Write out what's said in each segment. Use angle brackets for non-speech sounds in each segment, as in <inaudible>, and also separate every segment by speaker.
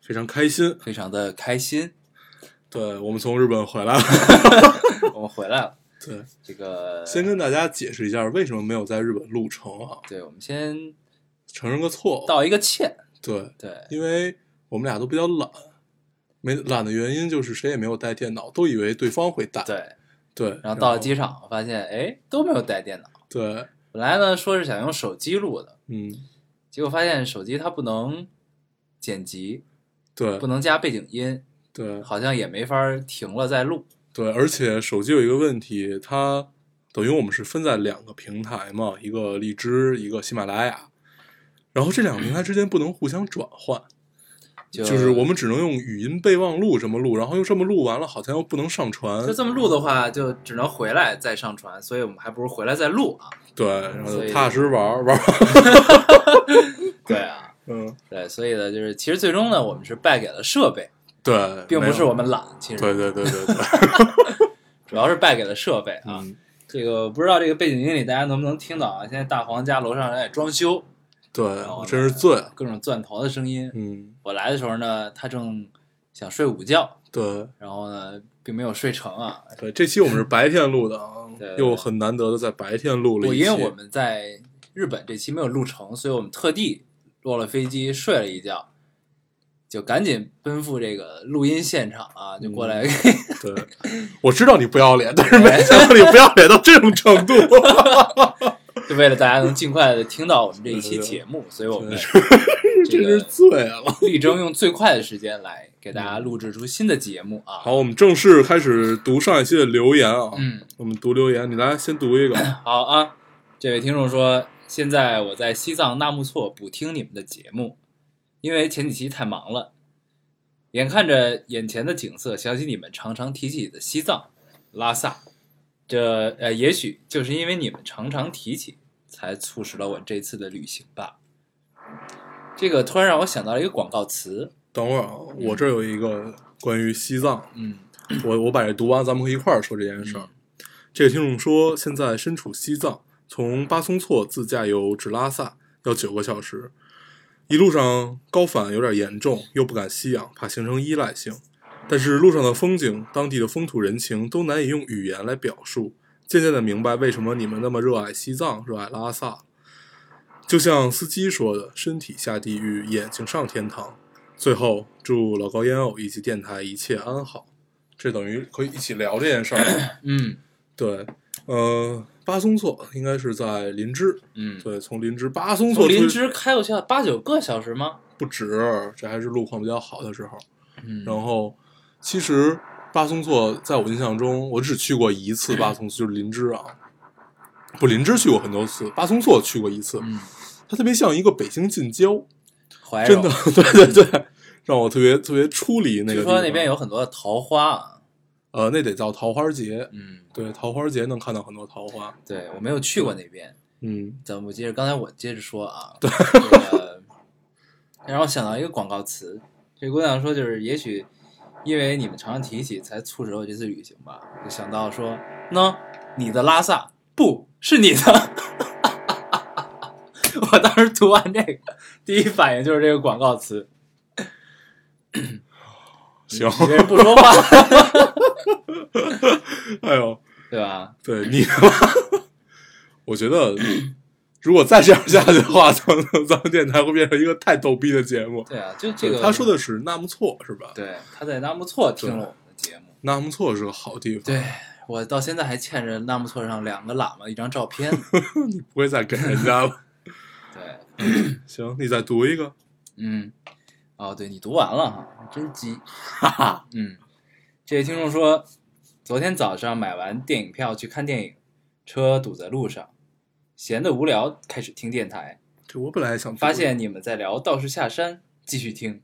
Speaker 1: 非常开心。
Speaker 2: 非常的开心，
Speaker 1: 对我们从日本回来了，
Speaker 2: 我们回来了。
Speaker 1: 对，
Speaker 2: 这个，
Speaker 1: <laughs> 先跟大家解释一下为什么没有在日本录成啊，
Speaker 2: 对，我们先
Speaker 1: 承认个错误。
Speaker 2: 道一个歉。
Speaker 1: 对，
Speaker 2: 对，
Speaker 1: 因为我们俩都比较懒，没懒的原因就是谁也没有带电脑，都以为对方会带。
Speaker 2: 对，
Speaker 1: 对，
Speaker 2: 然后到了机场，发现哎都没有带电脑。
Speaker 1: 对，
Speaker 2: 本来呢说是想用手机录的，
Speaker 1: 嗯，
Speaker 2: 结果发现手机它不能剪辑，
Speaker 1: 对
Speaker 2: 不，能加背景音，
Speaker 1: 对，
Speaker 2: 好像也没法停了再录。
Speaker 1: 对，而且手机有一个问题，它等于我们是分在两个平台嘛，一个荔枝，一个喜马拉雅，然后这两个平台之间不能互相转换。
Speaker 2: 就
Speaker 1: 就是我们只能用语音备忘录这么录，然后又这么录完了，好像又不能上传
Speaker 2: 就。这么录的话，就只能回来再上传，所以我们还不如回来再录啊。
Speaker 1: 对，然后
Speaker 2: 所以
Speaker 1: 就踏实玩儿玩儿。
Speaker 2: 对啊，
Speaker 1: 嗯，
Speaker 2: 对，所以呢，就是其实最终呢，我们是败给了设备，
Speaker 1: <laughs> 对，
Speaker 2: 并不是我
Speaker 1: 们。
Speaker 2: 们懒，其
Speaker 1: 对
Speaker 2: 实
Speaker 1: 对对
Speaker 2: <laughs>
Speaker 1: 对对，
Speaker 2: 主要是败给了设备啊。
Speaker 1: 嗯，
Speaker 2: 这个不知道这个背景音里大家能不能听到啊？现在大黄家楼上在装修，
Speaker 1: 对
Speaker 2: 然后
Speaker 1: 我
Speaker 2: 呢
Speaker 1: 真是醉了。
Speaker 2: 各种钻头的声音。
Speaker 1: 嗯，
Speaker 2: 我来的时候呢，他正想睡午觉，
Speaker 1: 对
Speaker 2: 然后呢，并没有睡成啊。
Speaker 1: 对，这期我们是白天录的啊
Speaker 2: 对对，对
Speaker 1: 又很难得的在白天录了
Speaker 2: 我
Speaker 1: 一期。
Speaker 2: 因为我们在日本这期没有录成，所以我们特地落了飞机睡了一觉，就赶紧奔赴这个录音现场啊，就过来、
Speaker 1: 对，我知道你不要脸，但是没想到你不要脸到这种
Speaker 2: <laughs>
Speaker 1: 程度。
Speaker 2: <laughs> 就为了大家能尽快的听到我们这一期节目，所以我们
Speaker 1: 对
Speaker 2: 这
Speaker 1: 真 <laughs> 是
Speaker 2: 个
Speaker 1: 醉了。
Speaker 2: 力争用最快的时间来给大家录制出新的节目啊。
Speaker 1: 好，我们正式开始读上一期的留言啊。
Speaker 2: 嗯，
Speaker 1: 我们读留言，你来先读一个。
Speaker 2: 好啊，这位听众说，现在我在西藏纳木错补听你们的节目，因为前几期太忙了，眼看着眼前的景色，想起你们常常提起的西藏、拉萨，这呃，也许就是因为你们常常提起，才促使了我这次的旅行吧。这个突然让我想到了一个广告词，
Speaker 1: 等会儿啊，我这儿有一个关于西藏，
Speaker 2: 嗯，
Speaker 1: 我我把这读完，咱们可以一块儿说这件事儿。这个听众说，现在身处西藏，从巴松措自驾游至拉萨要九个小时，一路上高反有点严重，又不敢吸氧，怕形成依赖性。但是路上的风景、当地的风土人情都难以用语言来表述。渐渐的明白为什么你们那么热爱西藏、热爱拉萨。就像司机说的：“身体下地狱，眼睛上天堂。”最后，祝老高烟偶以及电台一切安好。这等于可以一起聊这件事儿。
Speaker 2: 嗯
Speaker 1: 对，呃，巴松措应该是在林芝，
Speaker 2: 嗯，
Speaker 1: 对，从林芝巴松措
Speaker 2: 从
Speaker 1: 推
Speaker 2: 林芝开过去要八九个小时吗？
Speaker 1: 不止，这还是路况比较好的时候。
Speaker 2: 嗯
Speaker 1: 然后，其实巴松措在我印象中，我只去过一次巴松措，就是林芝啊，不，林芝去过很多次，巴松措去过一次。
Speaker 2: 嗯，哎
Speaker 1: 它特别像一个北京近郊，
Speaker 2: 怀柔
Speaker 1: 真的， <laughs> 对对对，让我特别特别出离那个
Speaker 2: 据
Speaker 1: 地方。
Speaker 2: 说那边有很多的桃花啊。
Speaker 1: 呃，那得叫桃花节，
Speaker 2: 嗯，
Speaker 1: 对，桃花节能看到很多桃花。
Speaker 2: 对我没有去过那边。
Speaker 1: 嗯，
Speaker 2: 咱们接着，刚才我接着说
Speaker 1: <laughs>
Speaker 2: 啊，对，个让我想到一个广告词，这姑娘说就是，也许因为你们常常提起，才促使我这次旅行吧。就想到说，呢，你的拉萨不是你的。 <laughs> 我当时读完这个，第一反应就是这个广告词，
Speaker 1: 行，
Speaker 2: 别人不说
Speaker 1: <laughs>
Speaker 2: 话，
Speaker 1: 哎呦，
Speaker 2: 对吧？
Speaker 1: 对你，我觉得如果再这样下去的话，咱们咱们电台会变成一个太逗逼的节目。
Speaker 2: 对啊，就这个
Speaker 1: 他说的是纳木错是吧？，
Speaker 2: 对，他在纳木错听了我们的节目。
Speaker 1: 纳木错是个好地方，
Speaker 2: 对我到现在还欠着纳木错上两个喇嘛一张照片。
Speaker 1: 不会再给人家了。
Speaker 2: 对，
Speaker 1: 行，你再读一个。
Speaker 2: 嗯，哦，对你读完了哈，真急，哈哈。嗯，这位听众说，昨天早上买完电影票去看电影，车堵在路上，闲得无聊，开始听电台，
Speaker 1: 这我本来也想读
Speaker 2: 发现你们在聊道士下山，继续听，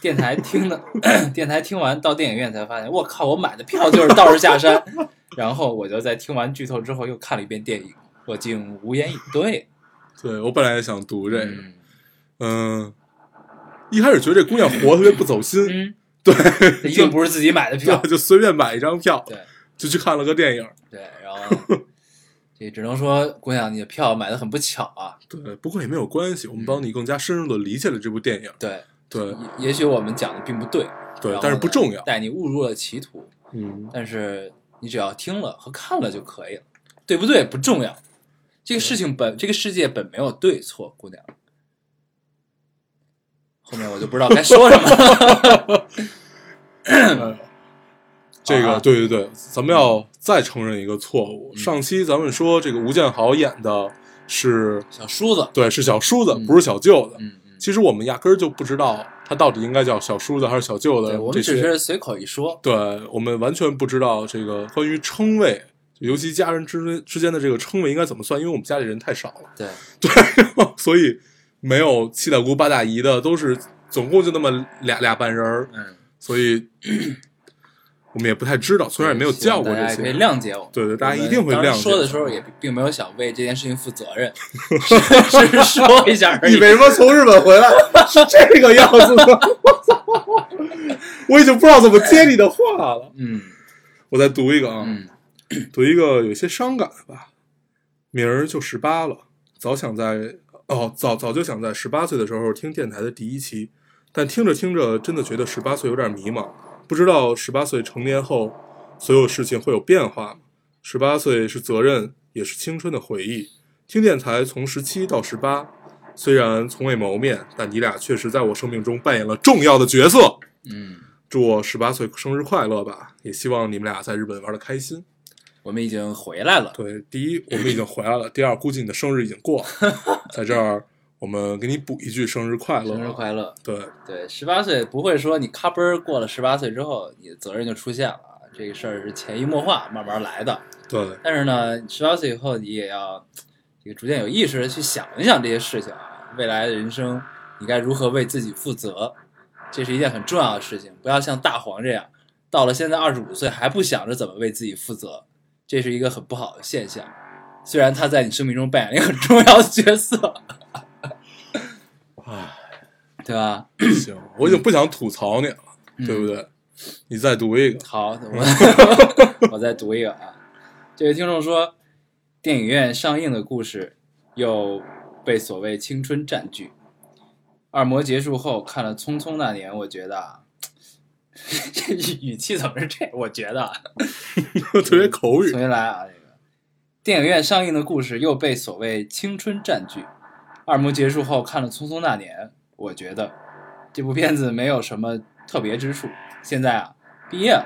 Speaker 2: 电台听的， <clears throat> 电台听完到电影院才发现，我靠，我买的票就是《道士下山》， <laughs> 然后我就在听完剧透之后又看了一遍电影，我竟无言以对。
Speaker 1: 对我本来也想读这个，
Speaker 2: 嗯
Speaker 1: 嗯、一开始觉得这姑娘活特别不走心，
Speaker 2: 嗯， <laughs> 对，一定不是自己买的票
Speaker 1: 就。就随便买一张票，
Speaker 2: 对
Speaker 1: 就去看了个电影。
Speaker 2: 对，然后这只能说姑娘，你的票买的很不巧啊。
Speaker 1: 对，不过也没有关系，我们帮你更加深入的理解了这部电影。
Speaker 2: 对，
Speaker 1: 对
Speaker 2: 也也许我们讲的并不对，嗯
Speaker 1: 对
Speaker 2: 然后，
Speaker 1: 但是
Speaker 2: 呢
Speaker 1: 不重要。
Speaker 2: 带你误入了歧途。
Speaker 1: 嗯，
Speaker 2: 但是你只要听了和看了就可以了，对不对？不重要。这个事情本这个世界本没有对错，姑娘。后面我就不知道该说什么了。
Speaker 1: 这
Speaker 2: 啊
Speaker 1: 个对对对，咱们要再承认一个错误。
Speaker 2: 嗯
Speaker 1: 上期咱们说这个吴建豪演的是，
Speaker 2: 小叔子，
Speaker 1: 对，是小叔子
Speaker 2: 嗯，
Speaker 1: 不是小舅子。
Speaker 2: 嗯嗯，
Speaker 1: 其实我们压根儿就不知道他到底应该叫小叔子还是小舅子
Speaker 2: 对，我
Speaker 1: 这
Speaker 2: 们只
Speaker 1: 些。
Speaker 2: 是随口一说。
Speaker 1: 对，我们完全不知道这个关于称谓，尤其家人之之间的这个称谓应该怎么算，因为我们家里人太少了。 <laughs>
Speaker 2: 对，
Speaker 1: 对，所以没有七大姑八大姨的，都是总共就那么俩俩半人儿，
Speaker 2: 嗯，
Speaker 1: 所以 <clears throat> 我们也不太知道，虽然也没有
Speaker 2: 希望
Speaker 1: 叫过这
Speaker 2: 大家可以
Speaker 1: 些。
Speaker 2: 谅解我们。
Speaker 1: 对对，大家
Speaker 2: 我
Speaker 1: 一
Speaker 2: 们
Speaker 1: 定会
Speaker 2: 当时
Speaker 1: 谅解。
Speaker 2: 说的时候也并没有想为这件事情负责
Speaker 1: <laughs>
Speaker 2: 任，只是说一下而已
Speaker 1: 你。为什么从日本回来是这个样子的？ <laughs> 我操！我已经不知道怎么接你的话了。
Speaker 2: 嗯
Speaker 1: 我再读一个啊，
Speaker 2: 嗯，
Speaker 1: 读一个有些伤感的吧。明儿就十八了，早想在哦，早早就想在十八岁的时候听电台的第一期，但听着听着，真的觉得十八岁有点迷茫，不知道十八岁成年后，所有事情会有变化吗？十八岁是责任，也是青春的回忆。听电台从十七到十八，虽然从未谋面，但你俩确实在我生命中扮演了重要的角色。
Speaker 2: 嗯，
Speaker 1: 祝我十八岁生日快乐吧！也希望你们俩在日本玩的开心。
Speaker 2: 我们已经回来了。
Speaker 1: 对，第一我们已经回来了，第二估计你的生日已经
Speaker 2: <laughs>
Speaker 1: 过了，在这儿我们给你补一句生日快乐，啊
Speaker 2: 生日快乐！
Speaker 1: 对
Speaker 2: 对，十八岁不会说你咔嘣儿过了十八岁之后，你的责任就出现了啊。这个事儿是潜移默化、慢慢来的。
Speaker 1: 对
Speaker 2: 但是呢，十八岁以后，你也要这个逐渐有意识的去想一想这些事情啊，未来的人生你该如何为自己负责，这是一件很重要的事情。不要像大黄这样，到了现在二十五岁还不想着怎么为自己负责，这是一个很不好的现象。虽然他在你生命中扮演了一个很重要的角色，
Speaker 1: 啊，
Speaker 2: 对吧？
Speaker 1: 行，我已
Speaker 2: 嗯
Speaker 1: 经不想吐槽你了，对不对？你再读一个， <laughs>
Speaker 2: 好，我我再读一个啊。这位听众说，电影院上映的故事又被所谓青春占据。二模结束后看了《匆匆那年》，我觉得啊， <laughs> 这语气怎么是这样？我觉得啊，
Speaker 1: 特别口语
Speaker 2: 重，新来啊，这个电影院上映的故事又被所谓青春占据。二模结束后看了《匆匆那年》，我觉得这部片子没有什么特别之处。现在啊，毕业了，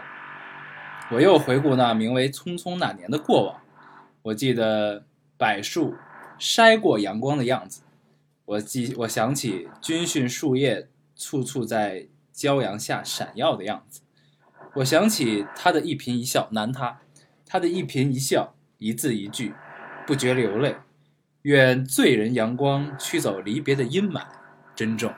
Speaker 2: 我又回顾那名为《匆匆那年》的过往。我记得柏树筛过阳光的样子，我记我想起军训树叶簇簇在骄阳下闪耀的样子，我想起他的一颦一笑难他，他的一颦一笑，一字一句，不觉流泪。愿醉人阳光驱走离别的阴霾，珍重。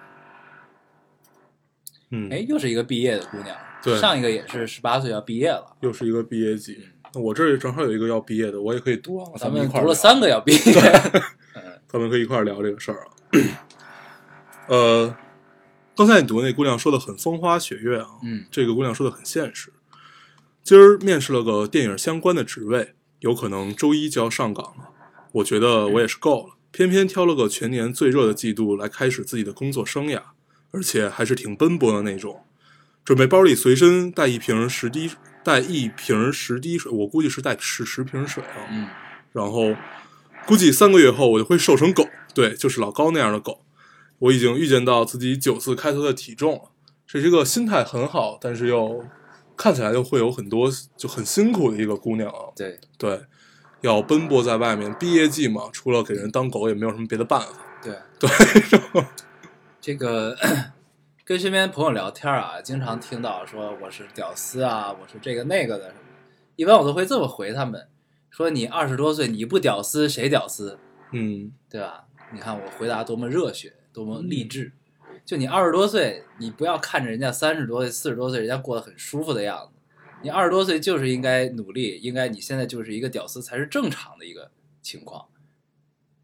Speaker 1: 嗯，
Speaker 2: 哎，，又是一个毕业的姑娘，
Speaker 1: 对
Speaker 2: 上一个也是十八岁要毕业了，
Speaker 1: 又是一个毕业季，那我这儿正好有一个要毕业的，我也可以读完了，
Speaker 2: 嗯咱
Speaker 1: 们一
Speaker 2: 们
Speaker 1: 块儿
Speaker 2: 读了
Speaker 1: 聊
Speaker 2: 三个要毕业。
Speaker 1: 咱们可以一块儿聊这个事儿啊。 <coughs> 呃，刚才你读那姑娘说的很风花雪月啊，
Speaker 2: 嗯
Speaker 1: 这个姑娘说的很现实。今儿面试了个电影相关的职位，有可能周一就要上岗了。我觉得我也是够了，偏偏挑了个全年最热的季度来开始自己的工作生涯，而且还是挺奔波的那种。准备包里随身带一瓶十滴，带一瓶十滴水，我估计是带十十瓶水啊。
Speaker 2: 嗯
Speaker 1: 然后估计三个月后我就会瘦成狗，对，就是老高那样的狗。我已经预见到自己九次开头的体重了，这是一个心态很好，但是又看起来又会有很多就很辛苦的一个姑娘啊。
Speaker 2: 对
Speaker 1: 对，要奔波在外面，毕业季嘛，除了给人当狗，也没有什么别的办法。
Speaker 2: 对，
Speaker 1: 对，
Speaker 2: <laughs> 这个跟身边朋友聊天啊，经常听到说我是屌丝啊，我是这个那个的什么，一般我都会这么回他们，说你二十多岁你不屌丝谁屌丝？
Speaker 1: 嗯，
Speaker 2: 对吧？你看我回答多么热血，多么励志。就你二十多岁，你不要看着人家三十多岁、四十多岁，人家过得很舒服的样子。你二十多岁就是应该努力，应该你现在就是一个屌丝才是正常的一个情况。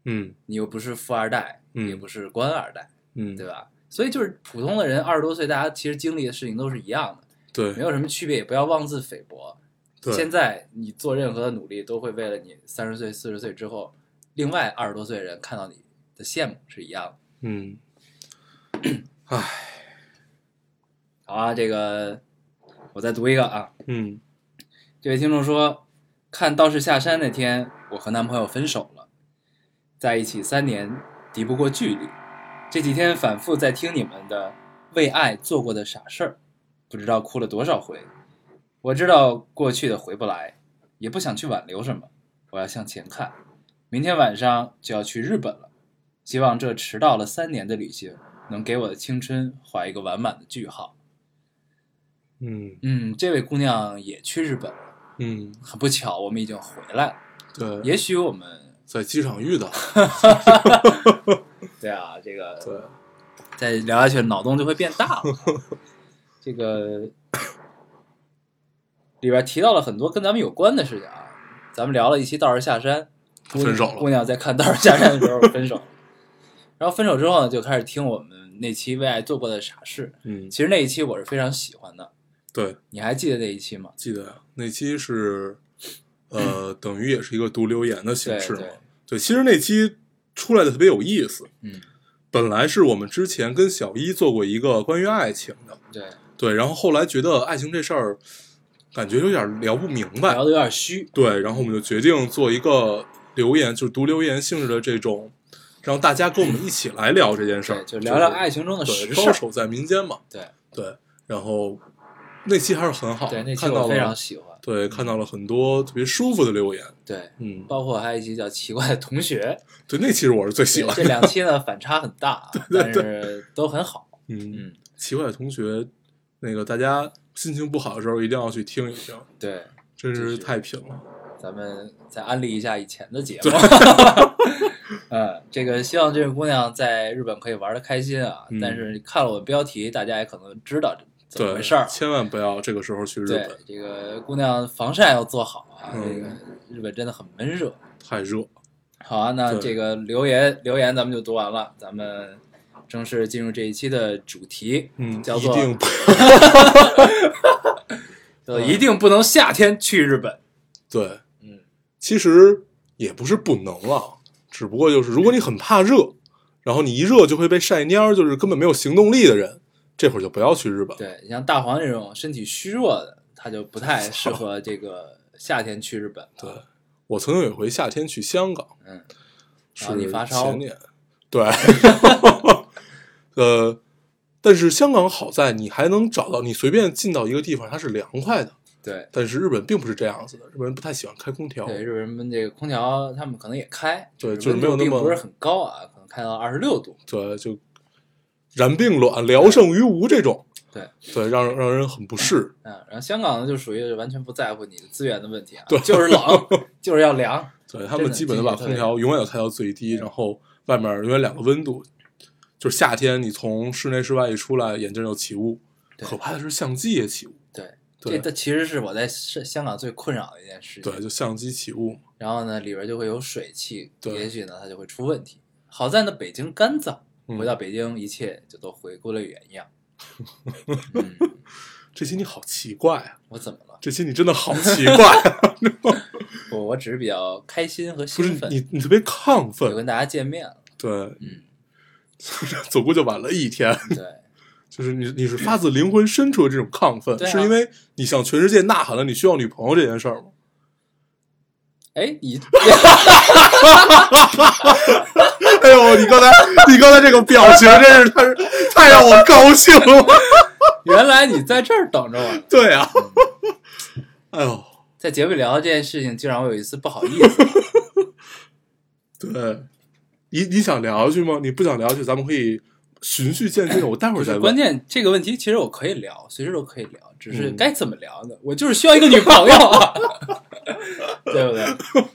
Speaker 1: 嗯
Speaker 2: 你又不是富二代，
Speaker 1: 嗯
Speaker 2: 也不是官二代，
Speaker 1: 嗯，
Speaker 2: 对吧？所以就是普通的人二十多岁，大家其实经历的事情都是一样的，没
Speaker 1: 对
Speaker 2: 有什么区别，也不要妄自菲薄。现
Speaker 1: 对
Speaker 2: 在你做任何的努力，都会为了你三十岁、四十岁之后，另外二十多岁的人看到你的羡慕是一样的。
Speaker 1: 嗯，
Speaker 2: 好啊，这个我再读一个啊，
Speaker 1: 嗯
Speaker 2: 这位听众说，看道士下山那天，我和男朋友分手了，在一起三年，敌不过距离。这几天反复在听你们的为爱做过的傻事儿，不知道哭了多少回。我知道过去的回不来，也不想去挽留什么，我要向前看。明天晚上就要去日本了，希望这迟到了三年的旅行能给我的青春画一个完满的句号。
Speaker 1: 嗯
Speaker 2: 嗯，这位姑娘也去日本了。
Speaker 1: 嗯，
Speaker 2: 很不巧，我们已经回来了。
Speaker 1: 对，
Speaker 2: 也许我们
Speaker 1: 在机场遇到，
Speaker 2: 对啊，这个 <laughs>
Speaker 1: 对，
Speaker 2: 再聊下去，脑洞就会变大
Speaker 1: <laughs>
Speaker 2: 了。这个里边提到了很多跟咱们有关的事情啊。咱们聊了一期道士下山，姑娘
Speaker 1: 分手了
Speaker 2: 姑娘在看道士下山的时候分手了，然后分手之后呢，就开始听我们那期为爱做过的傻事。
Speaker 1: 嗯
Speaker 2: 其实那一期我是非常喜欢的，
Speaker 1: 对，
Speaker 2: 你还记得那一期吗？
Speaker 1: 记得啊那期是，呃，等于也是一个读留言的形
Speaker 2: 对
Speaker 1: 式嘛。
Speaker 2: 对，
Speaker 1: 对，其实那期出来的特别有意思。
Speaker 2: 嗯，
Speaker 1: 本来是我们之前跟小一做过一个关于爱情的，
Speaker 2: 对，
Speaker 1: 对，然后后来觉得爱情这事儿，感觉有点聊不明白
Speaker 2: 聊，的有点虚，
Speaker 1: 对，然后我们就决定做一个留言，就是读留言性质的这种，让大家跟我们一起来聊这件事儿，
Speaker 2: 对，就聊聊
Speaker 1: 是
Speaker 2: 爱情中的
Speaker 1: 对，
Speaker 2: 实
Speaker 1: 高
Speaker 2: 事儿。
Speaker 1: 手在民间嘛，
Speaker 2: 对
Speaker 1: 对，然后那期还是很好，
Speaker 2: 对，那期
Speaker 1: 看到
Speaker 2: 我非常
Speaker 1: 了，
Speaker 2: 喜欢。
Speaker 1: 对，看到了很多特别舒服的留言，
Speaker 2: 对，
Speaker 1: 嗯，
Speaker 2: 包括还有一期叫《奇怪的同
Speaker 1: <laughs>
Speaker 2: 学
Speaker 1: 对，那期是我是最》喜
Speaker 2: 对，
Speaker 1: 欢
Speaker 2: 这
Speaker 1: 的，
Speaker 2: 两期呢反差很大
Speaker 1: <laughs>
Speaker 2: 啊，但是都很好。
Speaker 1: 嗯，
Speaker 2: 嗯，
Speaker 1: <laughs> 奇怪的同学，那个大家心情不好的时候一定要去听一听，
Speaker 2: 对，
Speaker 1: 真
Speaker 2: 就是是
Speaker 1: 太平了，
Speaker 2: 咱们再安利一下以前的节目。 <laughs>
Speaker 1: <laughs>
Speaker 2: 嗯，这个希望这位姑娘在日本可以玩的开心啊。
Speaker 1: 嗯
Speaker 2: 但是看了我标题，大家也可能知道怎么
Speaker 1: 对
Speaker 2: 回事儿，。
Speaker 1: 千万不要这个时候去日
Speaker 2: 对
Speaker 1: 本，，
Speaker 2: 这个姑娘防晒要做好啊。
Speaker 1: 嗯
Speaker 2: 这个日本真的很闷热。
Speaker 1: 太热，
Speaker 2: 好啊，那
Speaker 1: 对
Speaker 2: 这个留言留言咱们就读完了，咱们正式进入这一期的主题。
Speaker 1: 嗯，
Speaker 2: 叫
Speaker 1: 一
Speaker 2: 做
Speaker 1: 定不
Speaker 2: 呃，一定不能夏天去日本。
Speaker 1: 对，
Speaker 2: 嗯，
Speaker 1: 其实也不是不能了，只不过就是如果你很怕热，然后你一热就会被晒蔫儿，就是根本没有行动力的人，这会儿就不要去日本。
Speaker 2: 对，你像大黄这种身体虚弱的，他就不 <laughs> 太适合这个夏天去日本。
Speaker 1: 对，我曾经有一回夏天去香港，
Speaker 2: 嗯，然
Speaker 1: 是
Speaker 2: 后你发烧
Speaker 1: 前年，
Speaker 2: <laughs>
Speaker 1: 对，呃，但是香港好在你还能找到，你随便进到一个地方它是凉快的，
Speaker 2: 对
Speaker 1: 但是日本并不是这样子的，日本人不太喜欢开空调，
Speaker 2: 对，日本人们这个空调他们可能也开，
Speaker 1: 对
Speaker 2: 哦就是
Speaker 1: 就是没有
Speaker 2: 温度
Speaker 1: 那
Speaker 2: 并
Speaker 1: 么
Speaker 2: 不是很高啊，可能开到二十六度。
Speaker 1: 对，就然并卵，聊胜于无这种，
Speaker 2: 对，
Speaker 1: 对，让让人很不适。
Speaker 2: 嗯，然后香港呢就属于完全不在乎你的资源的问题啊，
Speaker 1: 对
Speaker 2: 就是 <laughs> 冷，就是要凉。
Speaker 1: 对他们基本都把空调永远都开到最低，然后外面永远两个温度，就是夏天你从室内室外一出来，眼镜就起雾。
Speaker 2: 对
Speaker 1: 可怕的是相机也起雾，
Speaker 2: 对，
Speaker 1: 对
Speaker 2: 这这其实是我在香香港最困扰的一件事情。
Speaker 1: 对，就相机起雾嘛。
Speaker 2: 然后呢，里边就会有水汽，
Speaker 1: 对
Speaker 2: 也许呢它就会出问题。好在呢北京干燥，
Speaker 1: 嗯
Speaker 2: 回到北京一切就都回归了原
Speaker 1: <laughs>
Speaker 2: 样。嗯，
Speaker 1: 这期你好奇怪啊！
Speaker 2: 我怎么了？
Speaker 1: 这期你真的好奇怪、
Speaker 2: <laughs>
Speaker 1: 啊，
Speaker 2: 我我只是比较开心和
Speaker 1: 不是
Speaker 2: 兴奋，
Speaker 1: 你你特别亢
Speaker 2: 就
Speaker 1: 奋，
Speaker 2: 跟大家见面了。
Speaker 1: 对，
Speaker 2: 嗯，
Speaker 1: <laughs> 总共就晚了一天。
Speaker 2: 对
Speaker 1: 就是你你是发自灵魂深处的这种亢奋，
Speaker 2: 对啊
Speaker 1: 是因为你向全世界呐喊了你需要女朋友这件事儿吗？， <laughs>
Speaker 2: 哎，你 <laughs>
Speaker 1: 哎呦，你刚才你刚才这个表情真是太太让我高兴了。 <laughs>
Speaker 2: 原来你在这儿等着我呢。
Speaker 1: 对啊，哎呦，
Speaker 2: 在节目里聊到这件事情，就让我有一丝不好意思。
Speaker 1: 对，你你想聊下去吗？你不想聊下去，咱们可以循序渐进。我待会
Speaker 2: 不
Speaker 1: 儿再
Speaker 2: 是，
Speaker 1: 问。
Speaker 2: 关键这个问题其实我可以聊，随时都可以聊，只是
Speaker 1: 嗯
Speaker 2: 该怎么聊呢？我就是需要一个女朋友啊， <laughs> 对不对？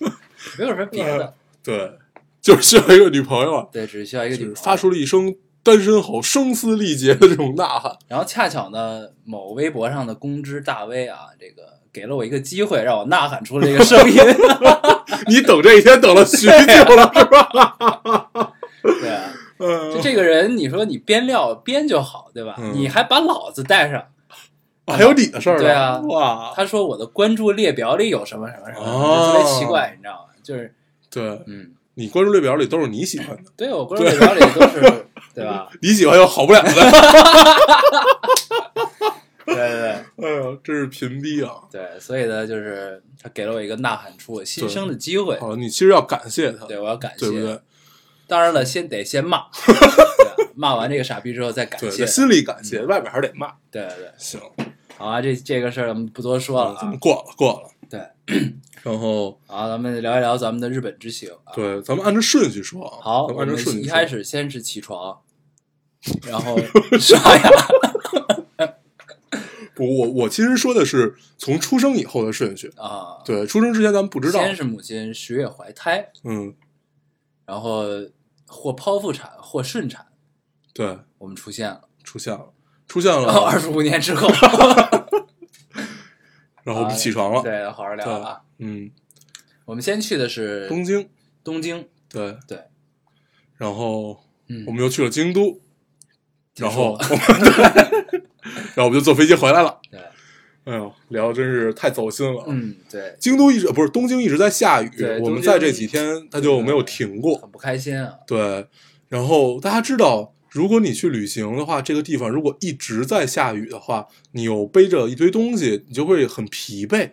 Speaker 1: <laughs>
Speaker 2: 没有什么别的，
Speaker 1: 对，就是需要一个女朋友啊，
Speaker 2: 对，只需要一个
Speaker 1: 就
Speaker 2: 女朋
Speaker 1: 是
Speaker 2: 友。
Speaker 1: 发出了一声单身吼、声嘶力竭的这种呐喊。
Speaker 2: 然后恰巧呢，某微博上的公知大 V 啊，这个给了我一个机会，让我呐喊出了这个声音。 <laughs>
Speaker 1: 你等这一天等了许久
Speaker 2: <laughs>
Speaker 1: 了，是吧？
Speaker 2: 对啊，
Speaker 1: 嗯
Speaker 2: 就，这个人，你说你编料编就好，对吧？
Speaker 1: 嗯
Speaker 2: 你还把老子带上。
Speaker 1: 还有你的事儿呢？
Speaker 2: 对啊
Speaker 1: 哇，
Speaker 2: 他说我的关注列表里有什么什么什么，我就
Speaker 1: 哦
Speaker 2: 特别奇怪，你知道吗？就是
Speaker 1: 对
Speaker 2: 嗯，
Speaker 1: 你关注列表里都是你喜欢的，
Speaker 2: 对我关注列表里都是
Speaker 1: <laughs>
Speaker 2: 对吧？
Speaker 1: 你喜欢又好不了的。 <laughs>
Speaker 2: 对对
Speaker 1: 哎呦，真是贫逼啊！
Speaker 2: 对对，所以呢，就是他给了我一个呐喊出我心声的机会，
Speaker 1: 好，你其实要感谢他，
Speaker 2: 对我要感谢。
Speaker 1: 对不对？
Speaker 2: 当然了，先得先骂，
Speaker 1: <laughs>
Speaker 2: 对啊骂完这个傻逼之后再感
Speaker 1: 对，
Speaker 2: 谢嗯
Speaker 1: 在。心里感谢，外边还是得骂。
Speaker 2: 对对对，
Speaker 1: 行，
Speaker 2: 好啊，这这个事儿我们不多说了
Speaker 1: 咱
Speaker 2: 啊
Speaker 1: 们。过了过了。
Speaker 2: 对，
Speaker 1: <clears throat> 然后
Speaker 2: 好，咱们聊一聊咱们的日本之行啊。
Speaker 1: 对，咱们按照顺序说啊。
Speaker 2: 好，
Speaker 1: 咱们
Speaker 2: 我
Speaker 1: 按照
Speaker 2: 们
Speaker 1: 顺序
Speaker 2: 一
Speaker 1: 说
Speaker 2: 开始先是起床，然
Speaker 1: <laughs>
Speaker 2: 后刷牙，
Speaker 1: 不，我我其实说的是从出生以后的顺序。
Speaker 2: 啊，
Speaker 1: 对，出生之前咱们不 <laughs> 知道。
Speaker 2: 先是母亲十月怀胎，
Speaker 1: 嗯，
Speaker 2: 然后或剖腹产或顺产，
Speaker 1: 对，
Speaker 2: 我们出现了。
Speaker 1: 出现了，出现
Speaker 2: 然后
Speaker 1: 了，
Speaker 2: <laughs> 二十五年之后，
Speaker 1: 然后我们起床
Speaker 2: <laughs>
Speaker 1: 了。
Speaker 2: 对，好好聊啊。
Speaker 1: 嗯，
Speaker 2: 我们先去的是
Speaker 1: 东京，
Speaker 2: 东京，
Speaker 1: 对
Speaker 2: 对。
Speaker 1: 然后
Speaker 2: 嗯
Speaker 1: 我，们又去了京都，
Speaker 2: 结束
Speaker 1: 然后我们对然后我们就坐飞机回来了。
Speaker 2: 对，
Speaker 1: 哎呦，聊得真是太走心了。
Speaker 2: 嗯，对，
Speaker 1: 京都一直不是东京一直在下雨
Speaker 2: 对，
Speaker 1: 我们
Speaker 2: 东京
Speaker 1: 在这几天它就没有停过。
Speaker 2: 很不开心啊。
Speaker 1: 对，然后大家知道，如果你去旅行的话，这个地方如果一直在下雨的话，你有背着一堆东西，你就会很疲惫。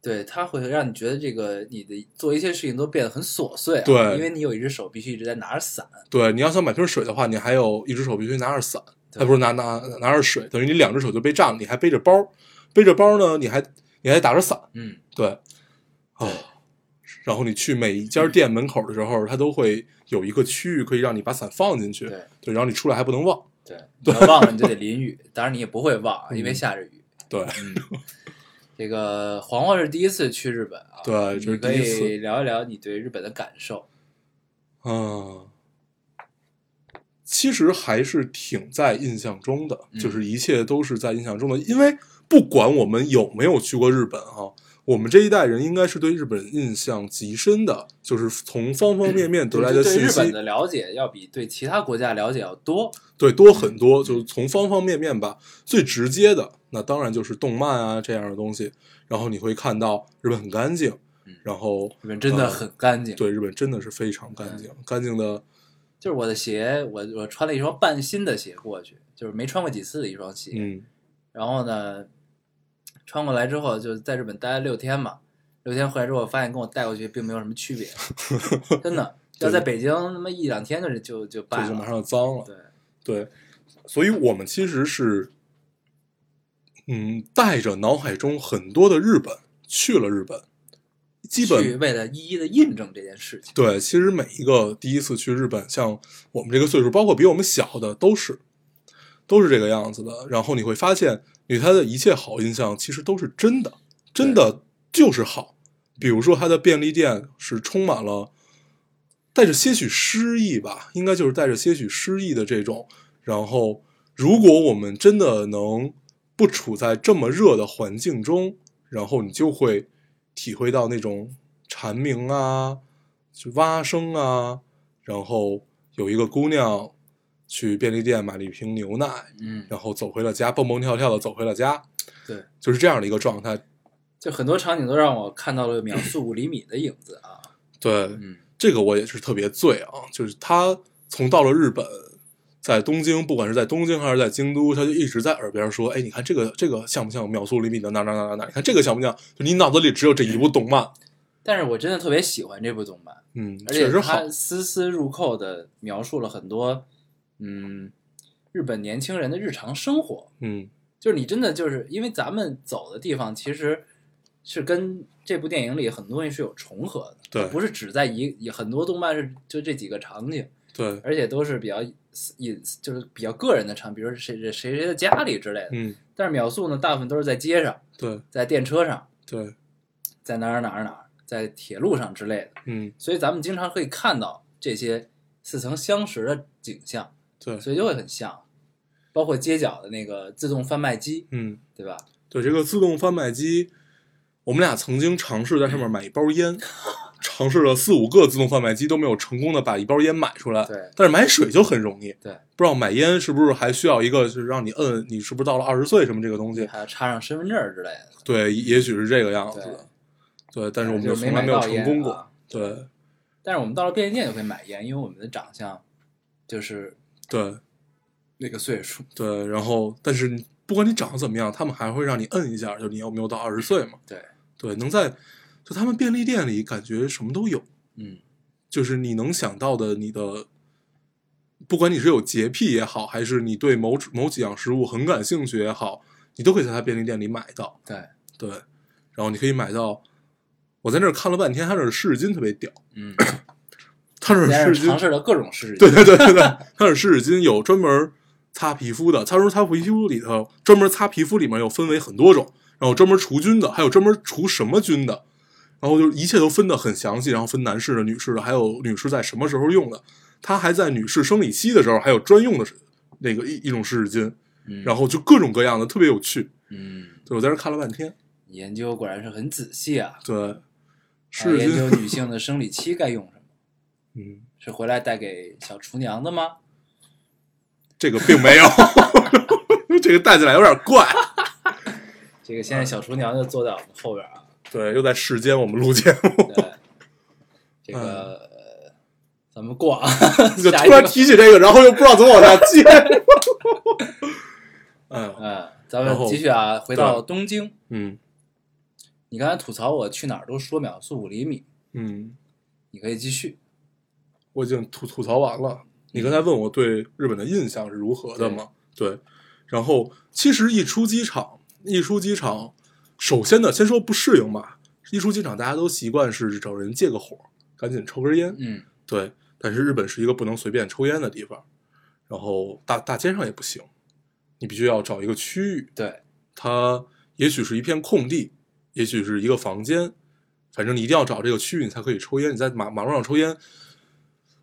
Speaker 2: 对，它会让你觉得这个你的做一些事情都变得很琐碎、啊，
Speaker 1: 对
Speaker 2: 因为你有一只手必须一直在拿着伞，
Speaker 1: 对，你要想买瓶水的话，你还有一只手必须拿着伞，
Speaker 2: 对
Speaker 1: 还哎不是拿拿拿着水，等于你两只手就被占了，你还背着包，背着包呢，你还你还打着伞，
Speaker 2: 嗯，
Speaker 1: 对，哦，然后你去每一家店门口的时候，它都会有一个区域可以让你把伞放进去，
Speaker 2: 对
Speaker 1: 对，然后你出来还不能忘， <laughs>
Speaker 2: 对，你要忘了你就得淋雨，当然你也不会忘啊，
Speaker 1: 嗯
Speaker 2: 因为下着雨。
Speaker 1: 对，
Speaker 2: 嗯，这个黄黄是第一次去日本啊，
Speaker 1: 对这是
Speaker 2: 你可
Speaker 1: 第一次
Speaker 2: 以聊一聊你对日本的感受，
Speaker 1: 嗯，其实还是挺在印象中的，
Speaker 2: 嗯
Speaker 1: 就是一切都是在印象中的。因为不管我们有没有去过日本哈、我们这一代人应该是对日本印象极深的，就是从方方面面得来
Speaker 2: 就是对
Speaker 1: 信
Speaker 2: 日本
Speaker 1: 息，
Speaker 2: 的了解要比对其他国家了解要多，
Speaker 1: 对多很多。就是从方方面面吧，最直接的那当然就是动漫啊这样的东西。然后你会看到日本很干净
Speaker 2: 嗯，
Speaker 1: 然后
Speaker 2: 日本真的
Speaker 1: 呃
Speaker 2: 很干净。
Speaker 1: 对日本真的是非常干
Speaker 2: 嗯
Speaker 1: 净，干净的
Speaker 2: 就是我的鞋，我我穿了一双半新的鞋过去，就是没穿过几次的一双鞋。
Speaker 1: 嗯
Speaker 2: 然后呢，穿过来之后就在日本待了六天嘛，六天回来之后发现跟我带过去并没有什么区别，
Speaker 1: <laughs>
Speaker 2: 真的。要在北京他妈一两天就就就
Speaker 1: 就
Speaker 2: 败
Speaker 1: 是马
Speaker 2: 了，
Speaker 1: 上脏了。
Speaker 2: 对，
Speaker 1: 对，所以我们其实是，嗯，带着脑海中很多的日本去了日本，基
Speaker 2: 去
Speaker 1: 本
Speaker 2: 为了一一的印证这件事情。
Speaker 1: 对，其实每一个第一次去日本，像我们这个岁数，包括比我们小的，都是都是这个样子的。然后你会发现，对他的一切好印象其实都是真的，真的就是好。比如说，它的便利店是充满了带着些许诗意吧，应该就是带着些许诗意的这种。然后，如果我们真的能不处在这么热的环境中，然后你就会体会到那种蝉鸣啊、就蛙声啊，然后有一个姑娘去便利店买了一瓶牛奶，
Speaker 2: 嗯，
Speaker 1: 然后走回了家，蹦蹦跳跳的走回了家，
Speaker 2: 对，
Speaker 1: 就是这样的一个状态。
Speaker 2: 就很多场景都让我看到了秒速五厘米的影子啊。
Speaker 1: 对，
Speaker 2: 嗯，
Speaker 1: 这个我也是特别醉啊，就是他从到了日本，在东京，不管是在东京还是在京都，他就一直在耳边说：“哎，你看这个这个像不像秒速厘米的哪哪哪哪哪？你看这个像不像？就你脑子里只有这一部动漫。
Speaker 2: 但是我真的特别喜欢这部动漫。”
Speaker 1: 嗯，
Speaker 2: 而
Speaker 1: 确
Speaker 2: 且
Speaker 1: 实好
Speaker 2: 他。丝丝入扣的描述了很多，嗯，日本年轻人的日常生活。
Speaker 1: 嗯，
Speaker 2: 就是你真的就是因为咱们走的地方其实是跟这部电影里很多东西是有重合的，
Speaker 1: 对
Speaker 2: 不是只在一也很多动漫是就这几个场景，
Speaker 1: 对，
Speaker 2: 而且都是比较隐就是比较个人的场景，比如说谁谁谁谁的家里之类的。
Speaker 1: 嗯，
Speaker 2: 但是秒速呢，大部分都是在街上，
Speaker 1: 对
Speaker 2: 在电车上，
Speaker 1: 对，
Speaker 2: 在哪儿哪儿哪儿，在铁路上之类的。
Speaker 1: 嗯
Speaker 2: 所以咱们经常可以看到这些似曾相识的景象，
Speaker 1: 对，
Speaker 2: 所以就会很像。包括街角的那个自动贩卖机，
Speaker 1: 嗯，
Speaker 2: 对吧？
Speaker 1: 对，这个自动贩卖机，我们俩曾经尝试在上面买一
Speaker 2: <laughs>
Speaker 1: 包烟，尝试了四五个自动贩卖机都没有成功的把一包烟买出来。
Speaker 2: 对
Speaker 1: 但是买水就很容易。
Speaker 2: 对，
Speaker 1: 不知道买烟是不是还需要一个，就是让你摁你是不是到了二十岁什么这个东西？
Speaker 2: 还要插上身份证儿之类的。
Speaker 1: 对，也许是这个样子的。对，但是我们
Speaker 2: 就
Speaker 1: 从来没有
Speaker 2: 买到
Speaker 1: 成
Speaker 2: 烟
Speaker 1: 功过。
Speaker 2: 啊
Speaker 1: 对
Speaker 2: 但是我们到了便利店就可以买烟，因为我们的长相就是
Speaker 1: 对
Speaker 2: 那个岁数。
Speaker 1: 对，然后但是你不管你长得怎么样，他们还会让你摁一下，就你有没有到二十岁嘛？
Speaker 2: 对，
Speaker 1: 对，能在就他们便利店里感觉什么都有。
Speaker 2: 嗯，
Speaker 1: 就是你能想到的，你的，不管你是有洁癖也好，还是你对某某几样食物很感兴趣也好，你都可以在它便利店里买到。
Speaker 2: 对，
Speaker 1: 对，然后你可以买到，我在那儿看了半天，它那儿湿纸巾特别屌， <laughs>
Speaker 2: 嗯，
Speaker 1: 它那
Speaker 2: 但
Speaker 1: 儿湿
Speaker 2: 是
Speaker 1: 纸
Speaker 2: 尝
Speaker 1: 巾，
Speaker 2: 试了各种试
Speaker 1: 对对对对对，它那儿湿纸巾有专门擦皮肤的，它说擦皮肤里头专门擦皮肤里面有分为很多种，然后专门除菌的，还有专门除什么菌的。然后就一切都分得很详细，然后分男士的、女士的，还有女士在什么时候用的。它还在女士生理期的时候，还有专用的那个一一种湿纸
Speaker 2: 嗯
Speaker 1: 巾，然后就各种各样的，特别有趣。
Speaker 2: 嗯，
Speaker 1: 对我在这看了半天，
Speaker 2: 你研究果然是很仔细啊，
Speaker 1: 对，
Speaker 2: 还
Speaker 1: 湿
Speaker 2: 研
Speaker 1: 纸
Speaker 2: 究
Speaker 1: 巾，
Speaker 2: 女性的生理期该用什么，
Speaker 1: 嗯，
Speaker 2: 是回来带给小厨娘的吗？
Speaker 1: 这个并没有， <laughs> 这个带起来有点怪。
Speaker 2: 这个现
Speaker 1: 嗯
Speaker 2: 在小厨娘就坐在我们后边
Speaker 1: <laughs>
Speaker 2: 啊，
Speaker 1: 对，又在世间我们录节目，
Speaker 2: 对，这个、呃咱们过啊，
Speaker 1: 嗯 <laughs> 就
Speaker 2: 下一
Speaker 1: 突然
Speaker 2: 个，
Speaker 1: 提起这个，然后又不知道怎么往下接。 <laughs> 哎呦，
Speaker 2: 嗯，咱
Speaker 1: 然
Speaker 2: 们
Speaker 1: 后
Speaker 2: 继续啊，回到东京。
Speaker 1: 嗯
Speaker 2: 你刚才吐槽我去哪儿都说秒速五厘米，
Speaker 1: 嗯，
Speaker 2: 你可以继续。
Speaker 1: 我已经吐吐槽完了。你刚才问我对日本的印象是如何的吗？对，然后其实一出机场，一出机场，首先呢，先说不适应吧。一出机场，大家都习惯是找人借个火，赶紧抽根烟。
Speaker 2: 嗯
Speaker 1: 对，但是日本是一个不能随便抽烟的地方，然后大大街上也不行，你必须要找一个区域，，
Speaker 2: 对，
Speaker 1: 它也许是一片空地，也许是一个房间，反正你一定要找这个区域，你才可以抽烟。你在马马路上抽烟，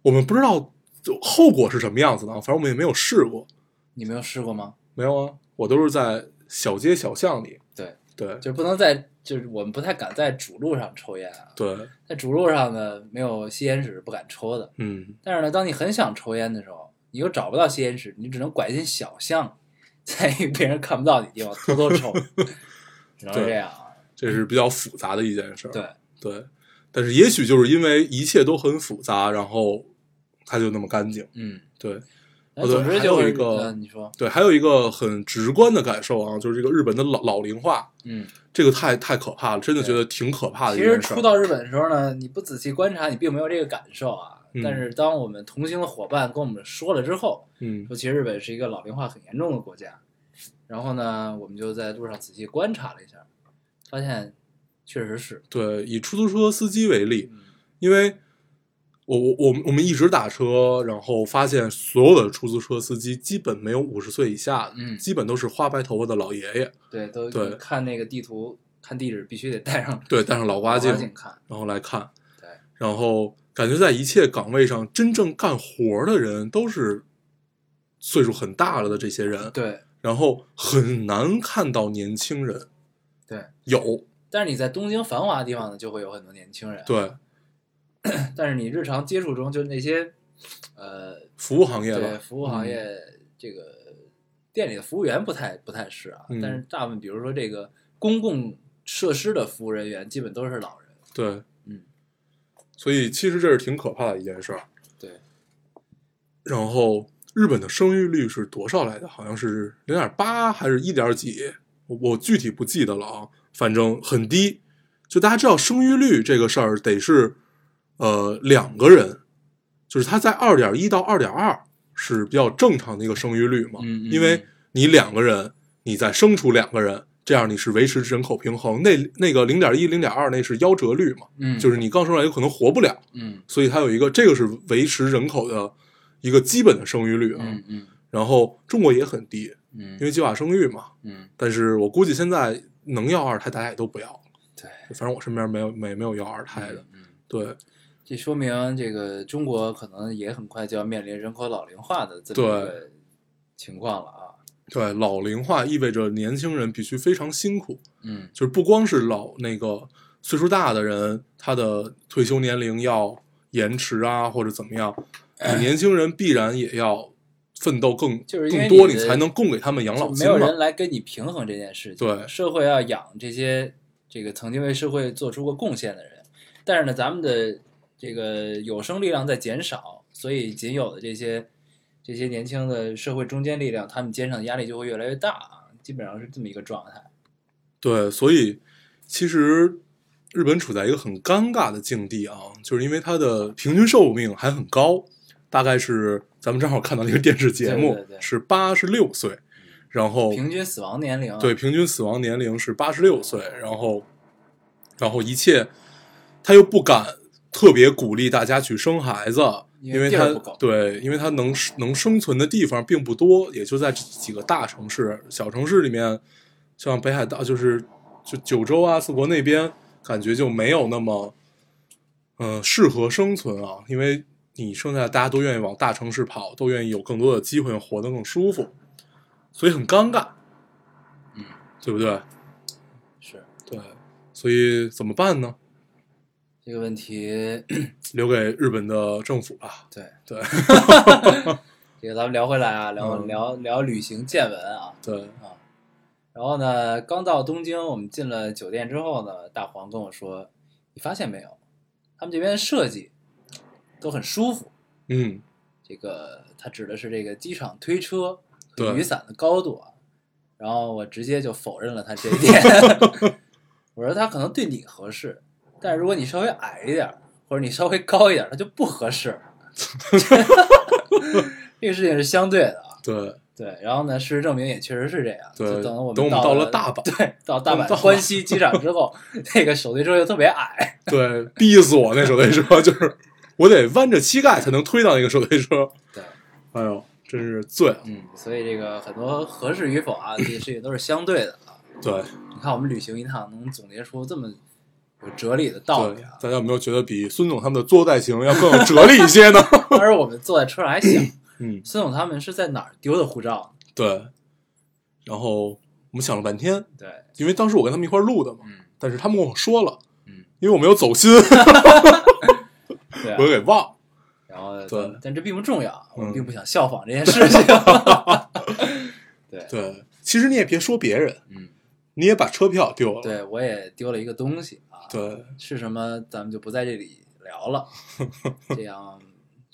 Speaker 1: 我们不知道就后果是什么样子的啊，反正我们也没有试过，
Speaker 2: 你没有试过吗？
Speaker 1: 没有啊，我都是在小街小巷里，
Speaker 2: 对，
Speaker 1: 对
Speaker 2: 就是不能在，就是我们不太敢在主路上抽烟啊。
Speaker 1: 对，
Speaker 2: 在主路上呢，没有吸烟室不敢抽的。
Speaker 1: 嗯，
Speaker 2: 但是呢，当你很想抽烟的时候，你又找不到吸烟室，你只能拐进小巷，在一个别人看不到你的地方偷偷
Speaker 1: <laughs>
Speaker 2: 抽，只能是这样啊。
Speaker 1: 这是比较复杂的一件事儿，
Speaker 2: 对，
Speaker 1: 对，但是也许就是因为一切都很复杂，然后它就那么干净，
Speaker 2: 嗯，
Speaker 1: 对。
Speaker 2: 那总之
Speaker 1: 还
Speaker 2: 就
Speaker 1: 有
Speaker 2: 是
Speaker 1: 一个
Speaker 2: 嗯你说，
Speaker 1: 对，还有一个很直观的感受啊，就是这个日本的老老龄化，
Speaker 2: 嗯，
Speaker 1: 这个太太可怕了，真的觉得挺可怕的一
Speaker 2: 其
Speaker 1: 件事
Speaker 2: 实
Speaker 1: 儿。
Speaker 2: 初到日本的时候呢，你不仔细观察，你并没有这个感受啊。
Speaker 1: 嗯
Speaker 2: 但是当我们同行的伙伴跟我们说了之后，
Speaker 1: 嗯
Speaker 2: 说其实日本是一个老龄化很严重的国家。然后呢，我们就在路上仔细观察了一下，发现确实是，
Speaker 1: 对，以出租车司机为例，
Speaker 2: 嗯
Speaker 1: 因为我我我们我们一直打车，然后发现所有的出租车司机基本没有五十岁以下的，
Speaker 2: 嗯
Speaker 1: 基本都是花白头发的老爷爷，
Speaker 2: 对，都
Speaker 1: 对
Speaker 2: 你看那个地图看地址必须得带上
Speaker 1: 对，戴上老
Speaker 2: 挖
Speaker 1: 花镜，
Speaker 2: 镜看，
Speaker 1: 然后来看，
Speaker 2: 对，
Speaker 1: 然后感觉在一切岗位上真正干活的人都是岁数很大了的这些人，
Speaker 2: 对
Speaker 1: 然后很难看到年轻人
Speaker 2: 对。
Speaker 1: 有，
Speaker 2: 但是你在东京繁华的地方呢，就会有很多年轻人。，
Speaker 1: 对，
Speaker 2: 但是你日常接触中，就是那些，呃，
Speaker 1: 服务行业
Speaker 2: 对嗯
Speaker 1: 吧，
Speaker 2: 服务行业、这个店里的服务员不太不太是啊，
Speaker 1: 嗯
Speaker 2: 但是大部分比如说这个公共设施的服务人员，基本都是老人。
Speaker 1: 对，
Speaker 2: 嗯，
Speaker 1: 所以其实这是挺可怕的一件事儿。
Speaker 2: 对，
Speaker 1: 然后日本的生育率是多少来的？好像是零点八还是一点几？我我具体不记得了啊，反正很低。就大家知道生育率这个事儿得是，呃，两个人，就是他在二点一到二点二是比较正常的一个生育率嘛，
Speaker 2: 嗯嗯
Speaker 1: 因为你两个人，你再生出两个人，这样你是维持人口平衡。那那个零点一、零点二那是夭折率嘛，
Speaker 2: 嗯，
Speaker 1: 就是你刚生出来有可能活不了，
Speaker 2: 嗯
Speaker 1: 所以它有一个这个是维持人口的一个基本的生育率啊。
Speaker 2: 嗯嗯
Speaker 1: 然后中国也很低，
Speaker 2: 嗯
Speaker 1: 因为计划生育嘛。
Speaker 2: 嗯，
Speaker 1: 但是我估计现在能要二胎，大家也都不要了。
Speaker 2: 对，
Speaker 1: 反正我身边没有没没有要二胎的。
Speaker 2: 嗯，
Speaker 1: 对，
Speaker 2: 这说明这个中国可能也很快就要面临人口老龄化的这么一个情况了啊。
Speaker 1: 对，老龄化意味着年轻人必须非常辛苦，
Speaker 2: 嗯
Speaker 1: 就是不光是老那个岁数大的人，他的退休年龄要延迟啊，或者怎
Speaker 2: <laughs>
Speaker 1: 么样，你年轻人必然也要奋斗更
Speaker 2: 就是因为
Speaker 1: 更多，
Speaker 2: 你
Speaker 1: 你
Speaker 2: 的
Speaker 1: 才能供给他们养老
Speaker 2: 就没
Speaker 1: 金
Speaker 2: 有
Speaker 1: 嘛
Speaker 2: 人。来跟你平衡这件事情。
Speaker 1: 对
Speaker 2: 社会要养这些这个曾经为社会做出过贡献的人，但是呢，咱们的这个有生力量在减少，所以仅有的这些这些年轻的社会中坚力量，他们肩上的压力就会越来越大啊，基本上是这么一个状态。
Speaker 1: 对，所以其实日本处在一个很尴尬的境地啊，就是因为它的平均寿命还很高，大概是咱们正好看到了一个电视节目，
Speaker 2: 对对对嗯
Speaker 1: 是八十六岁，然后
Speaker 2: 平均死亡年龄、啊、
Speaker 1: 哦对，平均死亡年龄是八十六岁，然后，然后一切，他又不敢特别鼓励大家去生孩子，
Speaker 2: 因
Speaker 1: 因
Speaker 2: 为
Speaker 1: 为
Speaker 2: 地儿
Speaker 1: 他
Speaker 2: 不够
Speaker 1: 对，因为他能能生存的地方并不多，也就在这几个大城市，小城市里面，像北海道就是就九州啊、四国那边，感觉就没有那么，嗯、适合生存啊，因为你剩下的大家都愿意往大城市跑，都愿意有更多的机会活得更舒服，所以很尴尬，
Speaker 2: 嗯，
Speaker 1: 对不对？
Speaker 2: 是
Speaker 1: 对，所以怎么办呢？
Speaker 2: 这个问题，
Speaker 1: 留给日本的政府吧。
Speaker 2: 对
Speaker 1: 对
Speaker 2: <laughs> 这个咱们聊回来啊，聊、
Speaker 1: 嗯
Speaker 2: 聊聊旅行见闻啊。
Speaker 1: 对，
Speaker 2: 啊。然后呢，刚到东京，我们进了酒店之后呢，大黄跟我说：“你发现没有，他们这边设计都很舒服。
Speaker 1: 嗯，
Speaker 2: 这个他指的是这个机场推车和
Speaker 1: 对
Speaker 2: 雨伞的高度啊。”然后我直接就否认了他这一
Speaker 1: <laughs>
Speaker 2: 点。我说他可能对你合适，但是如果你稍微矮一点儿，或者你稍微高一点儿，他就不合
Speaker 1: <laughs>
Speaker 2: 适。这个事情是相对的啊。
Speaker 1: 对，
Speaker 2: 对，然后呢，事实证明也确实是这样。
Speaker 1: 对
Speaker 2: 就等我们
Speaker 1: 等我们
Speaker 2: 到
Speaker 1: 到了大阪
Speaker 2: 对，到大
Speaker 1: 我们到
Speaker 2: 阪
Speaker 1: 了
Speaker 2: 关西机场之后， <laughs> 那个手推车又特别矮，
Speaker 1: <laughs> 对，逼死我那手推车， <laughs> 就是我得弯着膝盖才能推到那个手推车。
Speaker 2: 对，
Speaker 1: <laughs> 哎呦，真是醉了。
Speaker 2: 嗯，所以这个很多合适与否啊，这些事情都是相对的啊。
Speaker 1: 对，
Speaker 2: 你看我们旅行一趟，能总结出这么有哲理的道理
Speaker 1: 对
Speaker 2: 啊，。
Speaker 1: 大家有没有觉得比孙总他们的作代行要更有哲理一些呢？ <laughs>
Speaker 2: 当时我们坐在车上还想，
Speaker 1: 嗯，
Speaker 2: 孙总他们是在哪儿丢的护照呢？
Speaker 1: 对。然后我们想了半天，
Speaker 2: 对，
Speaker 1: 因为当时我跟他们一块儿录的嘛，
Speaker 2: 嗯
Speaker 1: 但是他们跟我说了，
Speaker 2: 嗯，
Speaker 1: 因为我没有走心， <laughs>
Speaker 2: 对啊
Speaker 1: 我。给忘了。
Speaker 2: 然后，
Speaker 1: 对
Speaker 2: 但这并不重要，啊我们
Speaker 1: 嗯
Speaker 2: 并不想效仿这件事 <laughs> 情。对，
Speaker 1: 对，其实你也别说别人，
Speaker 2: 嗯，
Speaker 1: 你也把车票丢了。
Speaker 2: 对我也丢了一个东西啊。
Speaker 1: 对
Speaker 2: 是什么，咱们就不在这里聊
Speaker 1: <laughs>
Speaker 2: 了，这样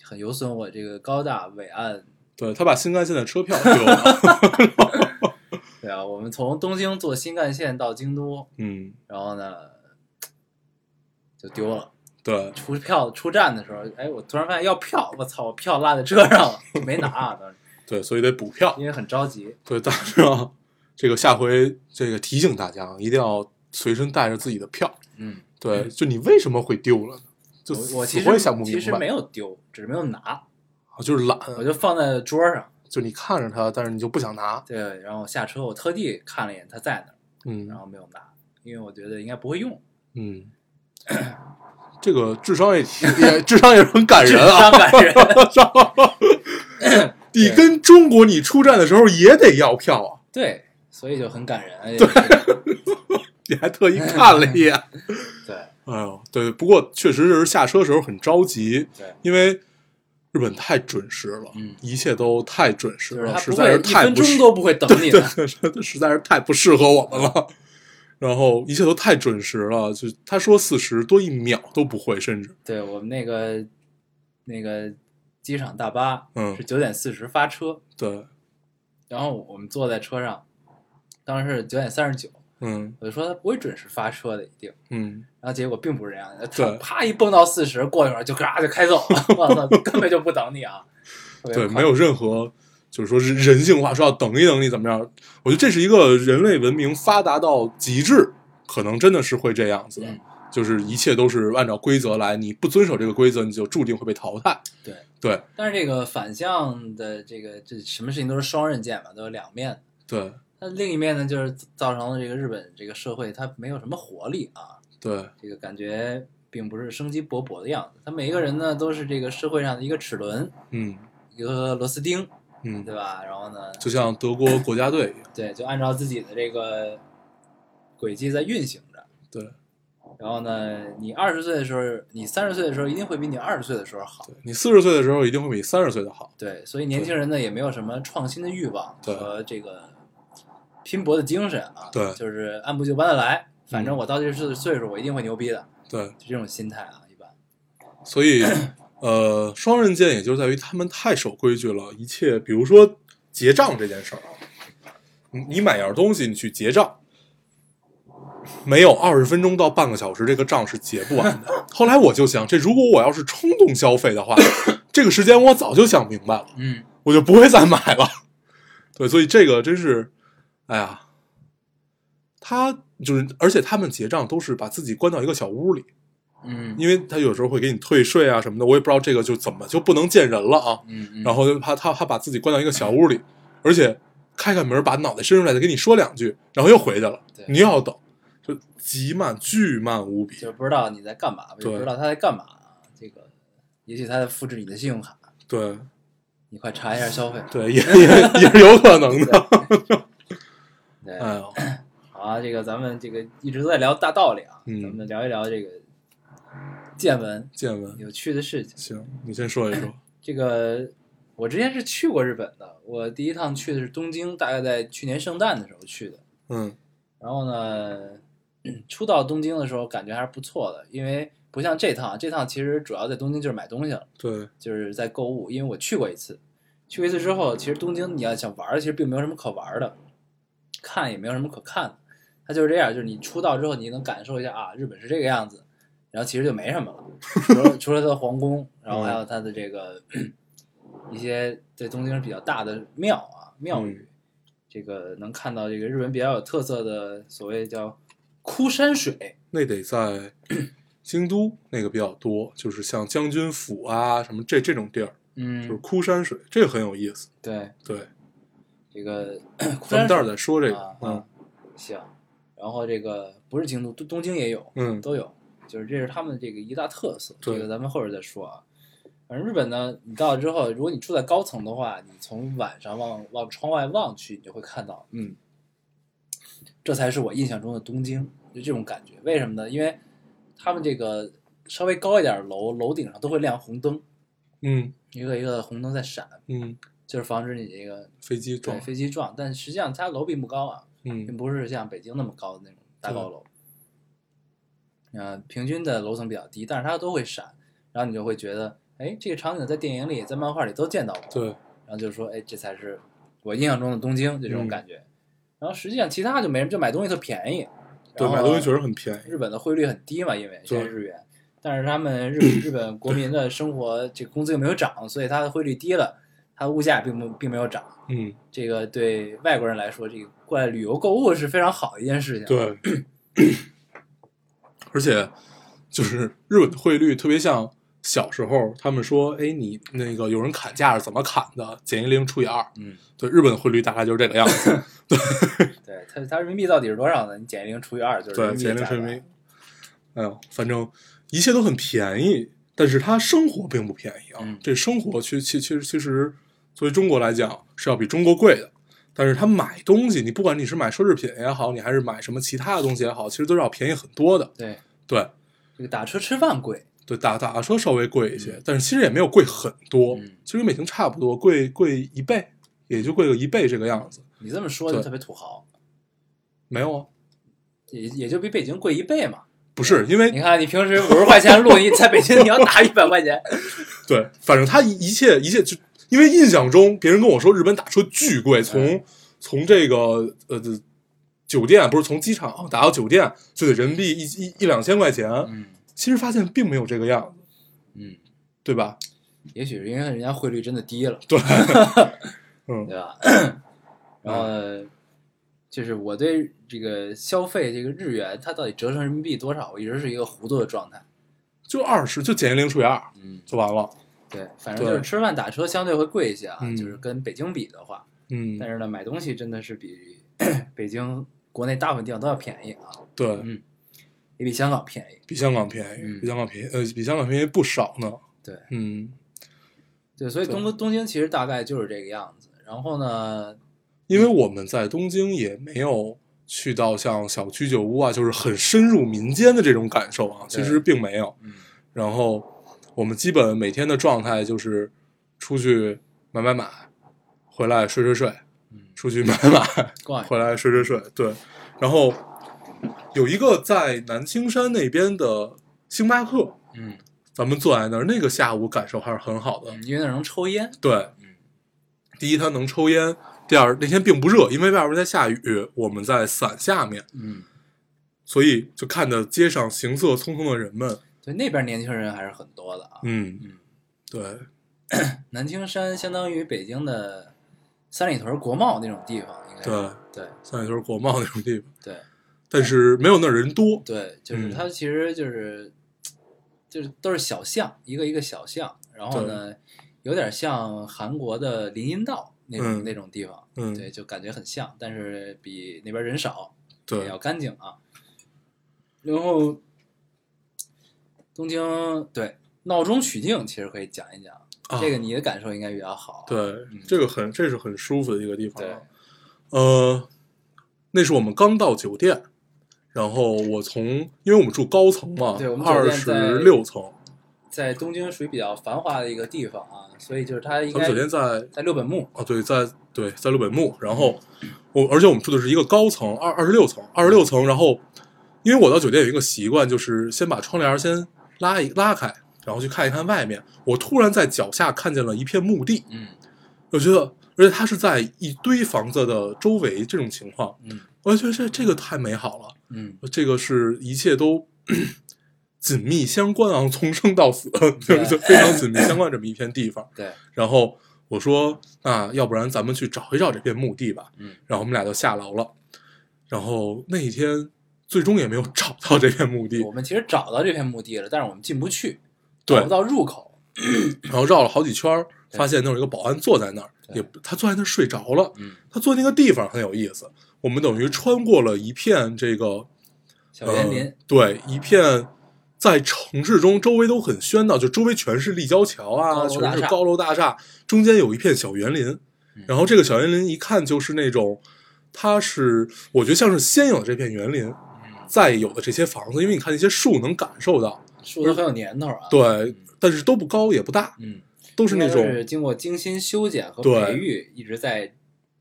Speaker 2: 很有损我这个高大伟岸。
Speaker 1: 对他把新干线的车票丢了。
Speaker 2: 对啊，我们从东京坐新干线到京都，
Speaker 1: 嗯，
Speaker 2: 然后呢就丢了。
Speaker 1: 对
Speaker 2: 出票出站的时候，哎，我突然发现要票，我操，我票落在车上了，没拿、啊，当时
Speaker 1: 对，所以得补票
Speaker 2: 因。为很着急。
Speaker 1: 对，但是啊，这个下回这个提醒大家啊，一定要随身带着自己的票。
Speaker 2: 嗯，
Speaker 1: 对，就你为什么会丢了呢？就
Speaker 2: 我我
Speaker 1: 死
Speaker 2: 其实
Speaker 1: 活也想不明
Speaker 2: 其
Speaker 1: 白，
Speaker 2: 实没有丢，只是没有拿，
Speaker 1: 啊就是懒，
Speaker 2: 我就放在桌上。
Speaker 1: 就你看着它，但是你就不想拿。
Speaker 2: 对，然后下车我特地看了一眼他在哪儿，
Speaker 1: 嗯
Speaker 2: 然后没有拿，因为我觉得应该不会用。
Speaker 1: 嗯，这个智商也挺也智商也是很感人啊。
Speaker 2: 伤感人。
Speaker 1: <laughs> 你跟中国你出站的时候也得要票啊，
Speaker 2: 对，所以就很感人。哎对
Speaker 1: 你还特意看了一眼。
Speaker 2: 对
Speaker 1: 哎呦，对，不过确实是下车时候很着急， <laughs>
Speaker 2: 对，
Speaker 1: 因为日本太准时了，
Speaker 2: 嗯
Speaker 1: 一切都太准时
Speaker 2: 就是
Speaker 1: 了，
Speaker 2: 他
Speaker 1: 实
Speaker 2: 不
Speaker 1: 在
Speaker 2: 会
Speaker 1: 是
Speaker 2: 一
Speaker 1: 太
Speaker 2: 分
Speaker 1: 不
Speaker 2: 钟，
Speaker 1: 适
Speaker 2: 都不会等你的。
Speaker 1: 对， <laughs> 实在是太不适合我们了。然后一切都太准时了，就他说四十多一秒都不会，甚至
Speaker 2: 对我们那个那个机场大巴，
Speaker 1: 嗯
Speaker 2: 是九点四十发车，
Speaker 1: 对，
Speaker 2: 然后我们坐在车上，当时是九点三十九，
Speaker 1: 嗯
Speaker 2: 我就说他不会准时发车的，一定。
Speaker 1: 嗯，
Speaker 2: 然后结果并不是这样，他
Speaker 1: 对
Speaker 2: 啪一蹦到四十，过一会儿就嘎就开走了，我操，根本就不等你啊！特别
Speaker 1: 对，
Speaker 2: 快
Speaker 1: 没有任何就是说人人性化，说要等一等你怎么样？我觉得这是一个人类文明发达到极致，可能真的是会这样子的。
Speaker 2: 嗯
Speaker 1: 就是一切都是按照规则来，你不遵守这个规则，你就注定会被淘汰。
Speaker 2: 对
Speaker 1: <laughs> 对
Speaker 2: 但是这个反向的这个这什么事情都是双刃剑嘛，都有两面的。
Speaker 1: 对
Speaker 2: 那另一面呢，就是造成了这个日本这个社会它没有什么活力啊，
Speaker 1: 对
Speaker 2: 这个感觉并不是生机勃勃的样子。他每一个人呢，都是这个社会上的一个齿轮，
Speaker 1: 嗯
Speaker 2: 一个螺丝钉，
Speaker 1: 嗯，
Speaker 2: 对吧？然后呢，
Speaker 1: 就像德国国家队一样，
Speaker 2: 对，就按照自己的这个轨迹在运行着。
Speaker 1: 对
Speaker 2: 然后呢，你二十岁的时候，你三十岁的时候，一定会比你二十岁的时候好。
Speaker 1: 对，你四十岁的时候一定会比三十岁的好，
Speaker 2: 对，所以年轻人呢也没有什么创新的欲望
Speaker 1: 对
Speaker 2: 和这个拼搏的精神啊，
Speaker 1: 对嗯
Speaker 2: 就是按部就班的来，反正我到这岁岁数，我一定会牛逼的，
Speaker 1: 对，
Speaker 2: 就这种心态啊，一般。
Speaker 1: 所以呃，双刃剑也就在于他们太守规矩了，一切，比如说结账这件事儿啊，你你买样东西，你去结账。没有二十分钟到半个小时，这个账是结不完的。后来我就想，这如果我要是冲动消费的话，这个时间我早就想明白了。
Speaker 2: 嗯，
Speaker 1: 我就不会再买了。对，所以这个真是，哎呀，他就是，而且他们结账都是把自己关到一个小屋里，
Speaker 2: 嗯
Speaker 1: 因为他有时候会给你退税啊什么的，我也不知道这个就怎么就不能见人了啊。
Speaker 2: 嗯嗯，
Speaker 1: 然后就他他他把自己关到一个小屋里，而且开开门把脑袋伸出来再跟你说两句，然后又回去了
Speaker 2: 对，
Speaker 1: 你又要等，就极慢巨慢无比。
Speaker 2: 就不知道你在干嘛，
Speaker 1: 对
Speaker 2: 就不知道他在干嘛啊。这个，也许他在复制你的信用卡，
Speaker 1: 对
Speaker 2: 你快查一下消费。
Speaker 1: 对，也也也是有可能的。
Speaker 2: 对，
Speaker 1: 哎呦，
Speaker 2: 好啊，这个咱们这个一直都在聊大道理啊，
Speaker 1: 嗯
Speaker 2: 咱们聊一聊这个见闻
Speaker 1: <clears throat> 见闻，
Speaker 2: 有趣的事情。
Speaker 1: 行，你先说一说。
Speaker 2: 这个我之前是去过日本的，我第一趟去的是东京，大概在去年圣诞的时候去的。
Speaker 1: 嗯
Speaker 2: 然后呢，嗯初到东京的时候感觉还是不错的，因为不像这趟，这趟其实主要在东京就是买东西了，
Speaker 1: 对，
Speaker 2: 就是在购物。因为我去过一次，去过一次之后，其实东京你要想玩儿，其实并没有什么可玩儿的，看也没有什么可看的。它就是这样，就是你出道之后，你能感受一下啊，日本是这个样子，然后其实就没什么了，除了除了它的皇宫，然后还有它的这个、 <clears throat> 一些在东京比较大的庙啊庙宇，
Speaker 1: 嗯
Speaker 2: 这个能看到这个日本比较有特色的所谓叫枯山水，
Speaker 1: 那得在 <clears throat> 京都那个比较多，就是像将军府啊什么这这种地儿，就是
Speaker 2: 嗯，
Speaker 1: 枯山水，这个很有意思。
Speaker 2: 对，
Speaker 1: 对，
Speaker 2: 这个枯山
Speaker 1: 咱们待会
Speaker 2: 水
Speaker 1: 儿再说这
Speaker 2: 啊
Speaker 1: 个。，嗯
Speaker 2: 啊行，然后这个不是京都，东东京也有，
Speaker 1: 嗯，
Speaker 2: 都有，就是这是他们这个一大特色。这
Speaker 1: 对
Speaker 2: 个咱们后边再说啊。反正日本呢，你到了之后，如果你住在高层的话，你从晚上往往窗外望去，你就会看到，
Speaker 1: 嗯，
Speaker 2: 这才是我印象中的东京，就这种感觉。为什么呢？因为他们这个稍微高一点的楼，楼顶上都会亮红灯，
Speaker 1: 嗯
Speaker 2: 一个一个红灯在闪，
Speaker 1: 嗯，
Speaker 2: 就是防止你这个
Speaker 1: 飞机
Speaker 2: 对
Speaker 1: 撞，
Speaker 2: 飞机撞。但实际上它楼并不高啊，并
Speaker 1: 嗯
Speaker 2: 不是像北京那么高的那种大高楼。呃，平均的楼层比较低，但是它都会闪，然后你就会觉得，哎，这个场景在电影里、在漫画里都见到过。
Speaker 1: 对，
Speaker 2: 然后就说，哎，这才是我印象中的东京就这种
Speaker 1: 嗯
Speaker 2: 感觉。然后实际上其他就没什么，就买东西特便宜。
Speaker 1: 对，
Speaker 2: 然后
Speaker 1: 买东西确实很便宜。
Speaker 2: 日本的汇率很低嘛，因为现在
Speaker 1: 对
Speaker 2: 日元，但是他们日本日本国民的生活这工资又没有涨，所以它的汇率低了，它的物价并不并没有涨。
Speaker 1: 嗯，
Speaker 2: 这个对外国人来说，这个过来旅游购物是非常好的一件事情。
Speaker 1: 对，而且就是日本的汇率特别像。小时候，他们说：“哎，你那个有人砍价是怎么砍的？减一零除以二。
Speaker 2: 嗯，”
Speaker 1: 对，日本汇率大概就是这个样子。
Speaker 2: 对，它它人民币到底是多少呢？你减一零除以二就是
Speaker 1: 对，
Speaker 2: 人民币
Speaker 1: 减
Speaker 2: 的
Speaker 1: 龄
Speaker 2: 价格
Speaker 1: 水平。哎呦，反正一切都很便宜，但是他生活并不便宜啊。
Speaker 2: 嗯
Speaker 1: 这生活其其其实其实作为中国来讲是要比中国贵的，但是他买东西，你不管你是买奢侈品也好，你还是买什么其他的东西也好，其实都是要便宜很多的。
Speaker 2: 对，
Speaker 1: 对
Speaker 2: 这个打车吃饭贵。
Speaker 1: 对，打打车稍微贵一些，但是其实也没有贵很多，
Speaker 2: 嗯
Speaker 1: 其实跟北京差不多，贵贵一倍，也就贵个一倍这个样子。
Speaker 2: 你这么说就
Speaker 1: 对
Speaker 2: 特别土豪，
Speaker 1: 没有啊，
Speaker 2: 也也就比北京贵一倍嘛。
Speaker 1: 不是因为
Speaker 2: 你看，你平时五十块钱录，你在北京你要打一百块
Speaker 1: <laughs>
Speaker 2: 钱，
Speaker 1: 对，反正他一一切一切就，因为印象中别人跟我说日本打车巨贵，
Speaker 2: 哎
Speaker 1: 从从这个呃酒店不是从机场打到酒店就得人民币一一一两千块钱，
Speaker 2: 嗯
Speaker 1: 其实发现并没有这个样子，
Speaker 2: 嗯，
Speaker 1: 对吧？
Speaker 2: 也许是因为人家汇率真的低了， <laughs>
Speaker 1: 对，嗯
Speaker 2: 对吧？ <clears throat> 然后就是我对这个消费这个日元，它到底折成人民币多少，我一直是一个糊涂的状态。
Speaker 1: 就二十就减一零除以二
Speaker 2: 嗯，
Speaker 1: 就完了，
Speaker 2: 对，反正就是
Speaker 1: 对
Speaker 2: 吃饭打车相对会贵一些啊，
Speaker 1: 嗯
Speaker 2: 就是跟北京比的话，
Speaker 1: 嗯，
Speaker 2: 但是呢，买东 <clears throat> 西真的是比北京国内大部分地方都要便宜啊。
Speaker 1: 对，
Speaker 2: 嗯，也比香港便宜。
Speaker 1: 比香港便宜，
Speaker 2: 嗯
Speaker 1: 比香港便宜，呃，比香港便宜不少呢。
Speaker 2: 对，
Speaker 1: 嗯，
Speaker 2: 对，所以
Speaker 1: 对
Speaker 2: 东东京其实大概就是这个样子。然后呢，
Speaker 1: 因为我们在东京也没有去到像小居酒屋啊，就是很深入民间的这种感受啊，
Speaker 2: 对
Speaker 1: 其实并没有。
Speaker 2: 嗯，
Speaker 1: 然后我们基本每天的状态就是出去买买买，回来睡睡睡，
Speaker 2: 嗯
Speaker 1: 出去买买买，
Speaker 2: 逛一逛
Speaker 1: 回来睡睡睡。对，然后有一个在南青山那边的星巴克，
Speaker 2: 嗯，
Speaker 1: 咱们坐在那儿，那个下午感受还是很好的。
Speaker 2: 嗯因为那儿能抽烟，
Speaker 1: 对
Speaker 2: 嗯，
Speaker 1: 第一它能抽烟，第二那天并不热，因为外边在下雨，我们在伞下面，
Speaker 2: 嗯，
Speaker 1: 所以就看着街上行色匆匆的人们，
Speaker 2: 对，那边年轻人还是很多的啊。
Speaker 1: 嗯，
Speaker 2: 嗯，
Speaker 1: 对，
Speaker 2: 南青山相当于北京的三里屯国贸那种地方，应该是
Speaker 1: 对
Speaker 2: 对
Speaker 1: 三里屯国贸那种地方，
Speaker 2: 对
Speaker 1: 但是没有那儿人多，
Speaker 2: 对，就是
Speaker 1: 嗯
Speaker 2: 它其实就是、就是都是小巷，一个一个小巷，然后呢，有点像韩国的林荫道那种、
Speaker 1: 嗯
Speaker 2: 那种地方，
Speaker 1: 嗯，
Speaker 2: 对，就感觉很像，但是比那边人少，也
Speaker 1: 对
Speaker 2: 要干净啊。然后东京对闹中取静，其实可以讲一讲，
Speaker 1: 啊
Speaker 2: 这个你的感受应该比较好。
Speaker 1: 对
Speaker 2: 嗯，
Speaker 1: 这个很这是很舒服的一个地方
Speaker 2: 对
Speaker 1: 啊，呃，那是我们刚到酒店。然后我从，因为我们住高层嘛
Speaker 2: 对我，们酒
Speaker 1: 二
Speaker 2: 店
Speaker 1: 十
Speaker 2: 在
Speaker 1: 六层，
Speaker 2: 在东京属于比较繁华的一个地方啊，所以就是它应
Speaker 1: 咱
Speaker 2: 该
Speaker 1: 们酒店在
Speaker 2: 在六本木，
Speaker 1: 哦，对，在对在六本木，然后
Speaker 2: 嗯
Speaker 1: 我而且我们住的是一个高层，二二十六层，二十六层，然后因为我到酒店有一个习惯，就是先把窗帘先拉一拉开，然后去看一看外面。我突然在脚下看见了一片墓地，
Speaker 2: 嗯
Speaker 1: 我觉得，而且它是在一堆房子的周围这种情况，
Speaker 2: 嗯
Speaker 1: 我觉得这这个太美好了，
Speaker 2: 嗯，
Speaker 1: 这个是一切都 <coughs> 紧密相关啊，从生到死， <laughs> 就是就非常紧密相关这么一片地方。
Speaker 2: 对，
Speaker 1: 然后我说，那要不然咱们去找一找这片墓地吧。
Speaker 2: 嗯，
Speaker 1: 然后我们俩就下楼了。然后那一天最终也没有找到这片墓地
Speaker 2: 我，们其实找到这片墓地了，但是我们进不去，
Speaker 1: 对
Speaker 2: 哦
Speaker 1: 嗯
Speaker 2: 找不到入口。
Speaker 1: 然后绕了好几圈儿，
Speaker 2: 对
Speaker 1: 发现那有一个保安坐在那儿，
Speaker 2: 对
Speaker 1: 也他坐在那儿睡着了。
Speaker 2: 嗯，
Speaker 1: 他坐那个地方很有意思，我们等于穿过了一片这个
Speaker 2: 小园
Speaker 1: 呃
Speaker 2: 林，，
Speaker 1: 对，一片在城市中周围都很喧闹，就周围全是立交桥
Speaker 2: 高
Speaker 1: 啊，
Speaker 2: 楼
Speaker 1: 全
Speaker 2: 大
Speaker 1: 是
Speaker 2: 厦
Speaker 1: 高楼大厦，中间有一片小园林
Speaker 2: 嗯，
Speaker 1: 然后这个小园林一看就是那种，它是我觉得像是先有的这片园林，
Speaker 2: 嗯
Speaker 1: 再有的这些房子，因为你看那些树能感受到，
Speaker 2: 树都很有年头啊。，
Speaker 1: 对，但是都不高也不大，
Speaker 2: 嗯，
Speaker 1: 都
Speaker 2: 都
Speaker 1: 是那种
Speaker 2: 是经过精心修剪和
Speaker 1: 对
Speaker 2: 培育，一直在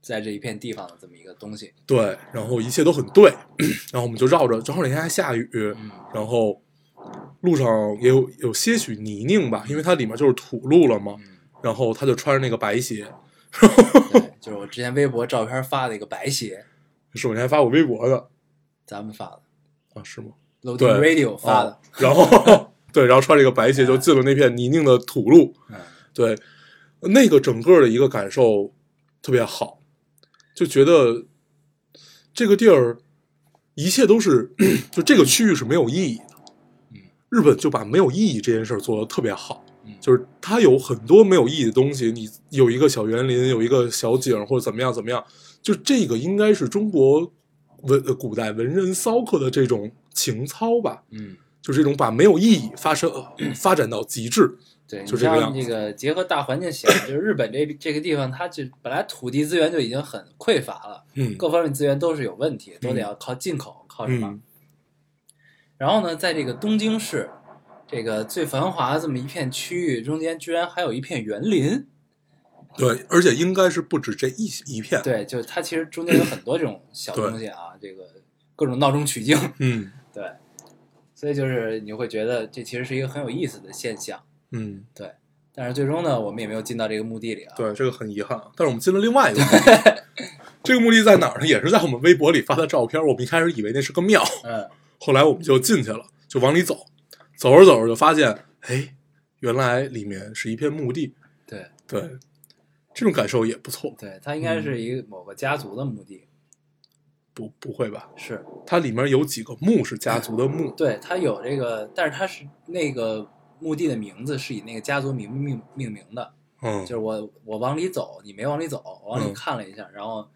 Speaker 2: 在这一片地方的这么一个东西。
Speaker 1: 对，然后一切都很对， <coughs> 然后我们就绕着，正好那天还下雨，
Speaker 2: 嗯
Speaker 1: 然后路上也有有些许泥泞吧，因为它里面就是土路了嘛。
Speaker 2: 嗯，
Speaker 1: 然后他就穿着那个白鞋，
Speaker 2: 对，就是我之前微博照片发的一个白鞋，
Speaker 1: 是我那天发我微博的
Speaker 2: 咱们发的
Speaker 1: 啊，是吗？
Speaker 2: ，Loading Radio 发的
Speaker 1: 啊。然后 <laughs> 对，然后穿着一个白鞋就进了那片泥泞的土路，
Speaker 2: 嗯，
Speaker 1: 对，那个整个的一个感受特别好，就觉得这个地儿一切都是，就这个区域是没有意义的。
Speaker 2: 嗯
Speaker 1: 日本就把没有意义这件事儿做得特别好，
Speaker 2: 嗯
Speaker 1: 就是它有很多没有意义的东西，你有一个小园林，有一个小景儿或者怎么样怎么样，就这个应该是中国文呃古代文人骚客的这种情操吧，
Speaker 2: 嗯，
Speaker 1: 就这种把没有意义发生、呃发展到极致，
Speaker 2: 对，
Speaker 1: 就
Speaker 2: 你
Speaker 1: 这个样
Speaker 2: 像这个结合大环境想，就是日本这这个地方，它就本来土地资源就已经很匮乏了，
Speaker 1: 嗯，
Speaker 2: 各方面资源都是有问题，都得要靠进口，靠什么？
Speaker 1: 嗯
Speaker 2: 然后呢，在这个东京市这个最繁华的这么一片区域中间，居然还有一片园林，
Speaker 1: 对，而且应该是不止这一一片。，
Speaker 2: 对，就是它其实中间有很多这种小
Speaker 1: 对
Speaker 2: 东西啊，这个各种闹中取静， <laughs>
Speaker 1: 嗯
Speaker 2: 对，所以就是你会觉得这其实是一个很有意思的现象，
Speaker 1: 嗯，
Speaker 2: 对。但是最终呢，我们也没有进到这个墓地里啊。
Speaker 1: 对，这个很遗憾。但是我们进了另外一个墓地，
Speaker 3: <laughs>
Speaker 1: 这个墓地在哪儿呢？也是在我们微博里发的照片。我们一开始以为那是个庙，
Speaker 2: 嗯，
Speaker 1: 后来我们就进去了，就往里走，走着走着就发现，哎，原来里面是一片墓地。
Speaker 2: 对。
Speaker 1: 对，这种感受也不错。
Speaker 2: 对，它应
Speaker 1: 嗯
Speaker 2: 该是一个某个家族的墓地，
Speaker 1: 不，不会吧？
Speaker 2: 是
Speaker 1: 它里面有几个墓是家族的
Speaker 3: <laughs>
Speaker 1: 墓。
Speaker 2: 对，它有这个，但是它是那个墓地的名字是以那个家族名命命名的，
Speaker 1: 嗯
Speaker 2: 就是我我往里走，你没往里走，我往里
Speaker 1: 嗯
Speaker 2: 看了一下，然后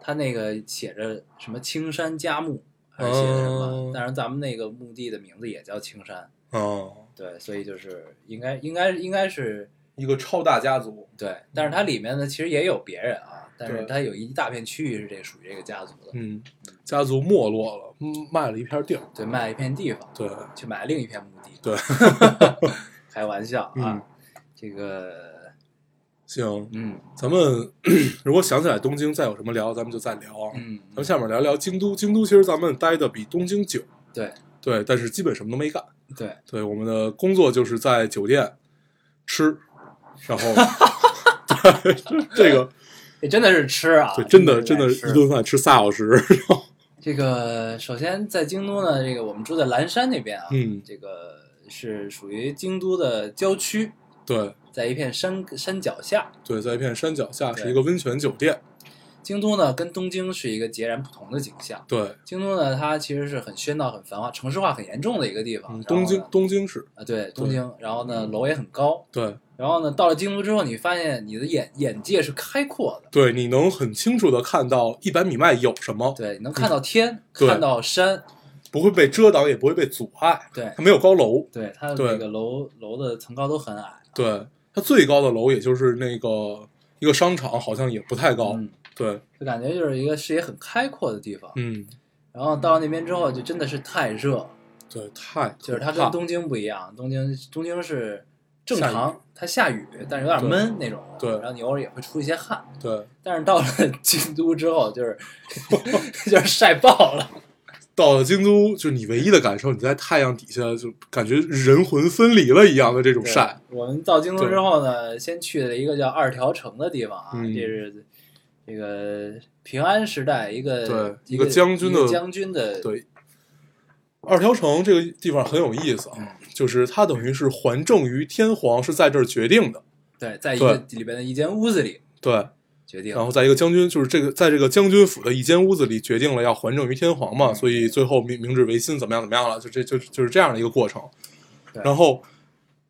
Speaker 2: 它那个写着什么青山家墓还是写的什么
Speaker 1: 哦？
Speaker 2: 当然，咱们那个墓地的名字也叫青山，
Speaker 1: 哦，
Speaker 2: 对，所以就是应该应该应该是
Speaker 3: 一个超大家族，
Speaker 2: 对，但是它里面呢其实也有别人啊，但是
Speaker 3: 对
Speaker 2: 它有一大片区域是这属于这个家族的，
Speaker 1: 嗯，家族没落了，嗯卖了一片地儿，
Speaker 2: 对，卖了一片地方，
Speaker 1: 对，
Speaker 2: 去买另一片墓地，
Speaker 1: 对，
Speaker 2: <laughs> 开玩笑
Speaker 1: 嗯
Speaker 2: 啊，这个
Speaker 1: 行，
Speaker 2: 嗯
Speaker 1: 咱们 <clears throat> 如果想起来东京再有什么聊，咱们就再聊啊。
Speaker 2: 嗯
Speaker 1: 咱们下面聊聊京都，京都其实咱们待的比东京久，
Speaker 2: 对
Speaker 1: 对，但是基本什么都没干。
Speaker 2: 对，
Speaker 1: 对，我们的工作就是在酒店吃，然后
Speaker 2: <laughs>
Speaker 1: 对这个
Speaker 2: 这真的是吃啊，
Speaker 1: 对真的真的
Speaker 2: 是
Speaker 1: 一
Speaker 2: 吃
Speaker 1: 顿饭吃仨小时， <laughs>
Speaker 2: 这个首先在京都呢，这个我们住在岚山那边啊，
Speaker 1: 嗯
Speaker 2: 这个是属于京都的郊区，
Speaker 1: 对
Speaker 2: 在一片山山脚下。
Speaker 1: 对，在一片山脚下是
Speaker 2: 对
Speaker 1: 一个温泉酒店，
Speaker 2: 京都呢，跟东京是一个截然不同的景象。
Speaker 1: 对，
Speaker 2: 京都呢，它其实是很喧闹、很繁华、城市化很严重的一个地方。
Speaker 1: 嗯，
Speaker 2: 然后
Speaker 1: 东
Speaker 2: 呢
Speaker 1: 京嗯东京市，
Speaker 2: 啊，对东京，然后呢，楼也很高。
Speaker 1: 对
Speaker 2: 然后呢，到了京都之后，你发现你的眼眼界是开阔的，
Speaker 1: 对，你能很清楚的看到一百米外有什么，
Speaker 2: 对，能看到天，
Speaker 1: 嗯对
Speaker 2: 看到山，
Speaker 1: 不会被遮挡，也不会被阻碍，
Speaker 2: 对
Speaker 1: 它没有高楼，
Speaker 2: 对，它的
Speaker 1: 对
Speaker 2: 那个楼楼的层高都很矮。
Speaker 1: 对，它最高的楼也就是那个一个商场，好像也不太高，
Speaker 2: 嗯，
Speaker 1: 对，
Speaker 2: 就感觉就是一个视野很开阔的地方。
Speaker 1: 嗯，
Speaker 2: 然后到了那边之后，就真的是太热了，
Speaker 1: 对，太
Speaker 2: 就是它
Speaker 1: 可怕
Speaker 2: 跟东京不一样，东京东京是正
Speaker 1: 下
Speaker 2: 常，它下雨，但是有点闷那种。
Speaker 1: 对
Speaker 2: 然后你偶尔也会出一些汗，
Speaker 1: 对
Speaker 2: 但是到了 <laughs> 京都之后，就是 <laughs> 就是晒爆了。
Speaker 1: 到了京都，就是你唯一的感受，你在太阳底下就感觉人魂分离了一样的这种晒。
Speaker 2: 对我们到京都之后呢，先去了一个叫二条城的地方啊，
Speaker 1: 嗯
Speaker 2: 这是这个平安时代一个
Speaker 1: 对
Speaker 2: 一
Speaker 1: 一个将军的
Speaker 2: 一个将军的
Speaker 1: 对，二条城这个地方很有意思
Speaker 2: 嗯
Speaker 1: 啊，就是它等于是还政于天皇，是在这儿决定的。
Speaker 2: 对，在一个里边的一间屋子里
Speaker 1: 对，
Speaker 2: 决定。
Speaker 1: 然后在一个将军，就是这个，在这个将军府的一间屋子里，决定了要还政于天皇嘛，
Speaker 2: 嗯
Speaker 1: 所以最后明明治维新怎么样怎么样了，就这就就是这样的一个过程。
Speaker 2: 对
Speaker 1: 然后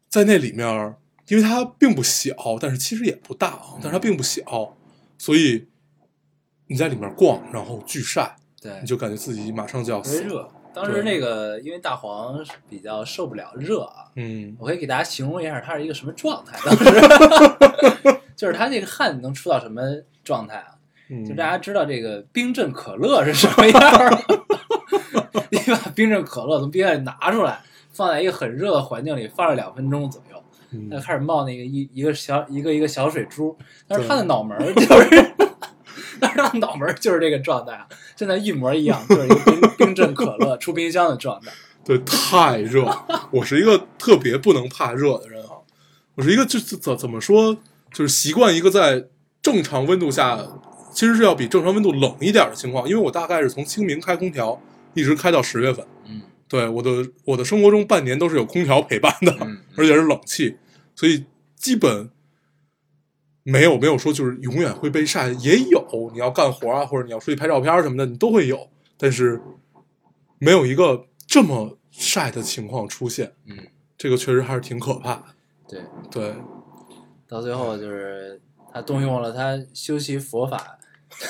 Speaker 1: 在那里面儿，因为它并不小，但是其实也不大啊，但是
Speaker 2: 嗯
Speaker 1: 它并不小，所以你在里面逛，然后巨晒，
Speaker 2: 对
Speaker 1: 你，就感觉自己马上就要
Speaker 2: 特别
Speaker 1: 死。
Speaker 2: 热。当时那个因为大黄是比较受不了热啊，
Speaker 1: 嗯，
Speaker 2: 我可以给大家形容一下他是一个什么状态。当时 <laughs> 就是他这个汗能出到什么状态啊？
Speaker 1: 嗯
Speaker 2: 就大家知道这个冰镇可乐是什么样儿吗？ <laughs> 你把冰镇可乐从冰箱里拿出来，放在一个很热的环境里放了两分钟左右，
Speaker 1: 嗯
Speaker 2: 它就开始冒那个一一个小一个一个小水珠，但是
Speaker 1: 对
Speaker 2: 他的脑门儿就是， <laughs> 但是他的脑门儿就是这个状态啊，真的，一模一样，就是一个冰冰镇可乐出冰箱的状态。
Speaker 1: 对，太热。我是一个特别不能怕热的人啊，我是一个就是怎怎么说，就是习惯一个在正常温度下，其实是要比正常温度冷一点的情况，因为我大概是从清明开空调一直开到十月份。
Speaker 2: 嗯，
Speaker 1: 对，我的我的生活中半年都是有空调陪伴的，
Speaker 2: 嗯
Speaker 1: 而且是冷气，所以基本。没有没有说就是永远会被晒，也有你要干活啊，或者你要出去拍照片儿什么的，你都会有。但是没有一个这么晒的情况出现，
Speaker 2: 嗯，
Speaker 1: 这个确实还是挺可怕的。
Speaker 2: 对，
Speaker 1: 对，
Speaker 2: 到最后就是他动用了他修习佛
Speaker 1: <laughs>
Speaker 2: 法，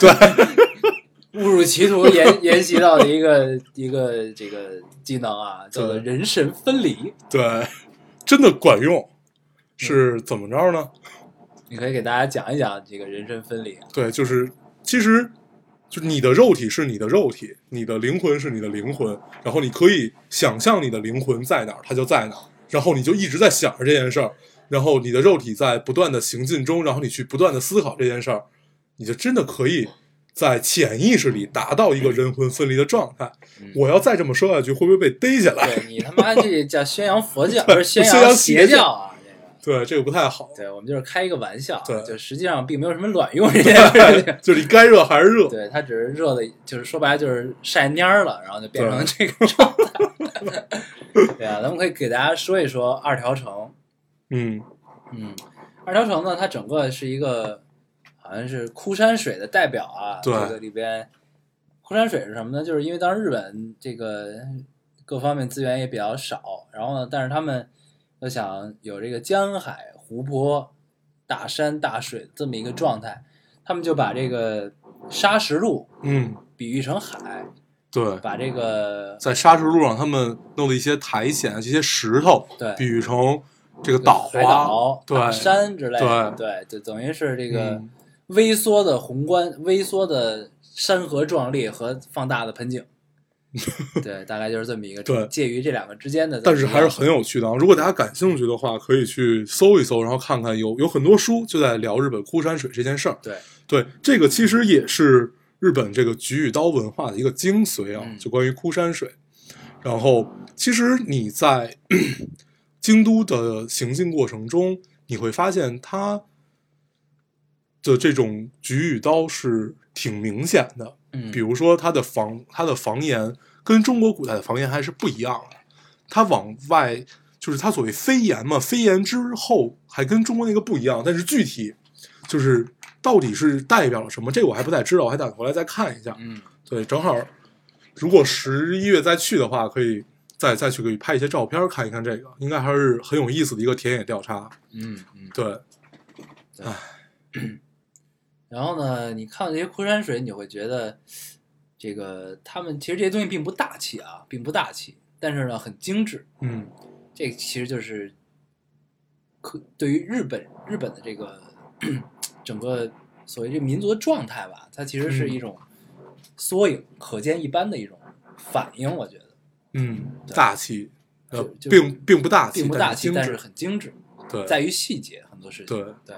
Speaker 2: 对，误入歧途研研习到的一个一个这个技能啊，叫做
Speaker 1: 对
Speaker 2: 人神分离。
Speaker 1: 对，真的管用，是怎么着呢？
Speaker 2: 你可以给大家讲一讲这个人神分离啊。
Speaker 1: 对，就是其实就是你的肉体是你的肉体，你的灵魂是你的灵魂，然后你可以想象你的灵魂在哪儿，它就在哪儿，然后你就一直在想着这件事儿，然后你的肉体在不断的行进中，然后你去不断的思考这件事儿，你就真的可以。在潜意识里达到一个人魂分离的状态。
Speaker 2: 嗯
Speaker 1: 我要再这么说下去，会不会被逮起来？
Speaker 2: 对你他妈
Speaker 1: <laughs>
Speaker 2: 这叫宣扬佛教，不是宣
Speaker 1: 宣扬
Speaker 2: 邪
Speaker 1: 邪教
Speaker 2: 教啊？这个，
Speaker 1: 对，这个不太好。
Speaker 2: 对我们就是开一个玩笑啊，
Speaker 1: 对
Speaker 2: 就实际上并没有什么卵
Speaker 1: <laughs>
Speaker 2: 用这件事情。
Speaker 1: 就是你该热还是热。
Speaker 2: 对，它只是热的，就是说白了就是晒蔫儿了，然后就变成
Speaker 1: <laughs>
Speaker 2: 这
Speaker 1: 对
Speaker 2: 个状态。对啊，咱们可以给大家说一说二条城。
Speaker 1: 嗯，
Speaker 2: 嗯，二条城呢，它整个是一个好像是枯山水的代表啊。
Speaker 1: 对
Speaker 2: 这个里边枯山水是什么呢？就是因为当时日本这个各方面资源也比较少，然后呢，但是他们又想有这个江海、湖泊、大山、大水这么一个状态，他们就把这个砂石路
Speaker 1: 嗯，
Speaker 2: 比喻成海，
Speaker 1: 对，
Speaker 2: 把这个
Speaker 1: 嗯在沙石路上他们弄的一些苔藓、这些石头，
Speaker 2: 对
Speaker 1: 比喻成这个岛
Speaker 2: 海
Speaker 1: 啊
Speaker 2: 岛、，
Speaker 1: 对，
Speaker 2: 山之类的，对，就等于是这个
Speaker 1: 嗯
Speaker 2: 微缩的宏观、微缩的山河壮丽和放大的盆
Speaker 1: <laughs>
Speaker 2: 景，对，大概就是这么一个
Speaker 1: 对
Speaker 2: 介于这两个之间的这
Speaker 1: 但
Speaker 2: 么一
Speaker 1: 是
Speaker 2: 个，
Speaker 1: 还是很有趣的啊！如果大家感兴趣的话，可以去搜一搜，然后看看有有很多书就在聊日本枯山水这件事儿。
Speaker 2: 对，
Speaker 1: 对，这个其实也是日本这个菊与刀文化的一个精髓啊，
Speaker 2: 嗯
Speaker 1: 就关于枯山水。然后，其实你在 <coughs> 京都的行进过程中，你会发现它的这种菊与刀是挺明显的。
Speaker 2: 嗯，
Speaker 1: 比如说它的房它的房檐跟中国古代的房檐还是不一样的，它往外就是它所谓飞檐嘛，飞檐之后还跟中国那个不一样，但是具体就是到底是代表了什么，这个我还不太知道，我还得回来再看一下。
Speaker 2: 嗯，
Speaker 1: 对，正好如果十一月再去的话，可以再再去给拍一些照片看一看这个，应该还是很有意思的一个田野调查。
Speaker 2: 嗯嗯，
Speaker 1: 对，
Speaker 2: 然后呢，你看这些枯山水，你会觉得这个他们其实这些东西并不大气啊，并不大气，但是呢很精致，
Speaker 1: 嗯
Speaker 2: 这其实就是可对于日本日本的这个整个所谓这民族的状态吧，它其实是
Speaker 1: 嗯
Speaker 2: 一种缩影，可见一斑的一种反应，我觉得
Speaker 1: 嗯，
Speaker 2: 对
Speaker 1: 大气，呃，
Speaker 2: 就就
Speaker 1: 并并不大气，
Speaker 2: 并不大气，
Speaker 1: 精
Speaker 2: 但是
Speaker 1: 致，
Speaker 2: 很精致，
Speaker 1: 对，
Speaker 2: 在于细节很多事情。
Speaker 1: 对
Speaker 2: 对，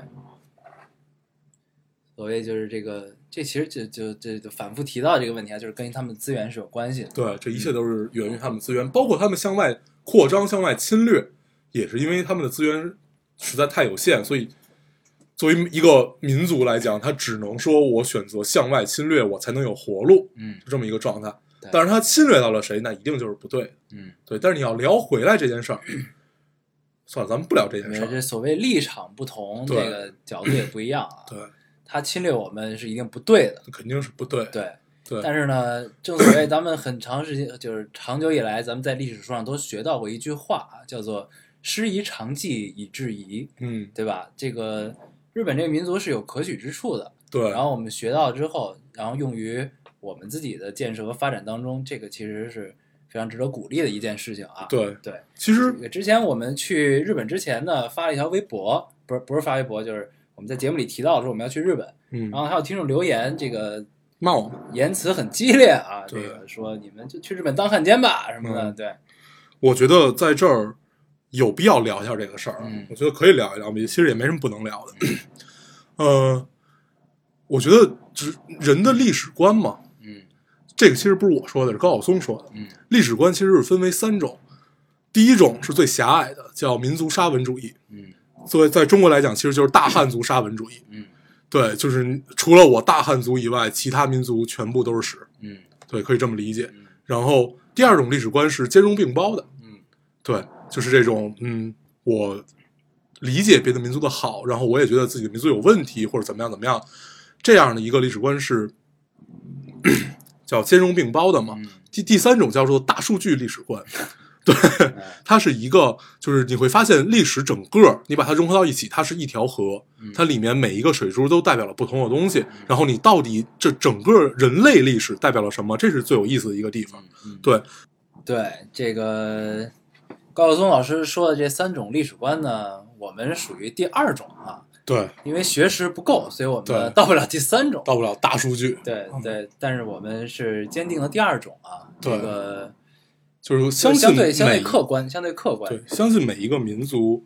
Speaker 2: 所谓就是这个，这其实就就就就反复提到这个问题啊，就是跟他们资源是有关系的。
Speaker 1: 对，这一切都是源于他们资源，包括他们向外扩张、向外侵略，也是因为他们的资源实在太有限，所以作为一个民族来讲，他只能说我选择向外侵略，我才能有活路，
Speaker 2: 嗯
Speaker 1: 就这么一个状态
Speaker 2: 对。
Speaker 1: 但是他侵略到了谁，那一定就是不对的。
Speaker 2: 嗯，
Speaker 1: 对，但是你要聊回来这件事儿，算了，咱们不聊这件
Speaker 2: 没嗯
Speaker 1: 事
Speaker 2: 有这
Speaker 1: 儿。
Speaker 2: 所谓立场不同，这
Speaker 1: 对
Speaker 2: 个角度也不一样啊。
Speaker 1: 对，
Speaker 2: 他侵略我们是一定不对的。
Speaker 1: 肯定是不对。
Speaker 2: 对，
Speaker 1: 对，
Speaker 2: 但是呢，正所谓咱们很长时间，就是长久以来，咱们在历史书上都学到过一句话，啊叫做“师夷长技以制夷
Speaker 1: 嗯”，，
Speaker 2: 对吧？这个日本这个民族是有可取之处的。
Speaker 1: 对
Speaker 2: 然，后我们学到之后，然后用于我们自己的建设和发展当中，这个其实是非常值得鼓励的一件事情啊。
Speaker 1: 对，
Speaker 2: 对，
Speaker 1: 其实
Speaker 2: 这个之前我们去日本之前呢，发了一条微博，不是不是发微博，就是我们在节目里提到说我们要去日本，
Speaker 1: 嗯
Speaker 2: 然，后还有听众留言，这个
Speaker 1: 骂我们，
Speaker 2: 言辞很激烈啊，这
Speaker 1: 对
Speaker 2: 个说你们就去日本当汉奸吧什么的，
Speaker 1: 嗯
Speaker 2: 对，
Speaker 1: 我觉得在这儿有必要聊一下这个事儿，啊
Speaker 2: 嗯
Speaker 1: 我觉得可以聊一聊，其实也没什么不能聊的。呃，我觉得只人的历史观嘛，
Speaker 2: 嗯
Speaker 1: 这个其实不是我说的，是高晓松说的。
Speaker 2: 嗯
Speaker 1: 历史观其实是分为三种，第一种是最狭隘的，叫民族沙文主义。
Speaker 2: 嗯
Speaker 1: 作为在中国来讲，其实就是大汉族沙文主义。
Speaker 2: 嗯
Speaker 1: 对，就是除了我大汉族以外，其他民族全部都是屎。
Speaker 2: 嗯
Speaker 1: 对，可以这么理解。
Speaker 2: 嗯
Speaker 1: 然后第二种历史观是兼容并包的，
Speaker 2: 嗯
Speaker 1: 对，就是这种，嗯，我理解别的民族的好，然后我也觉得自己的民族有问题或者怎么样怎么样，这样的一个历史观是 <coughs> 叫兼容并包的嘛。
Speaker 2: 嗯
Speaker 1: 第第三种叫做大数据历史观，对，
Speaker 2: 嗯
Speaker 1: <laughs> 它是一个，就是你会发现历史整个你把它融合到一起，它是一条河，
Speaker 2: 嗯
Speaker 1: 它里面每一个水珠都代表了不同的东西，然后你到底这整个人类历史代表了什么，这是最有意思的一个地方。
Speaker 2: 嗯，
Speaker 1: 对，
Speaker 2: 对这个高晓松老师说的这三种历史观呢，我们属于第二种啊，
Speaker 1: 对，
Speaker 2: 因为学识不够，所以我们
Speaker 1: 对
Speaker 2: 到不了第三种。
Speaker 1: 到不了大数据，
Speaker 2: 对对，但是我们是坚定了第二种啊，这
Speaker 1: 对
Speaker 2: 个
Speaker 1: 就是相信
Speaker 2: 相对相对
Speaker 1: 每
Speaker 2: 客观，相对客观，
Speaker 1: 对，相信每一个民族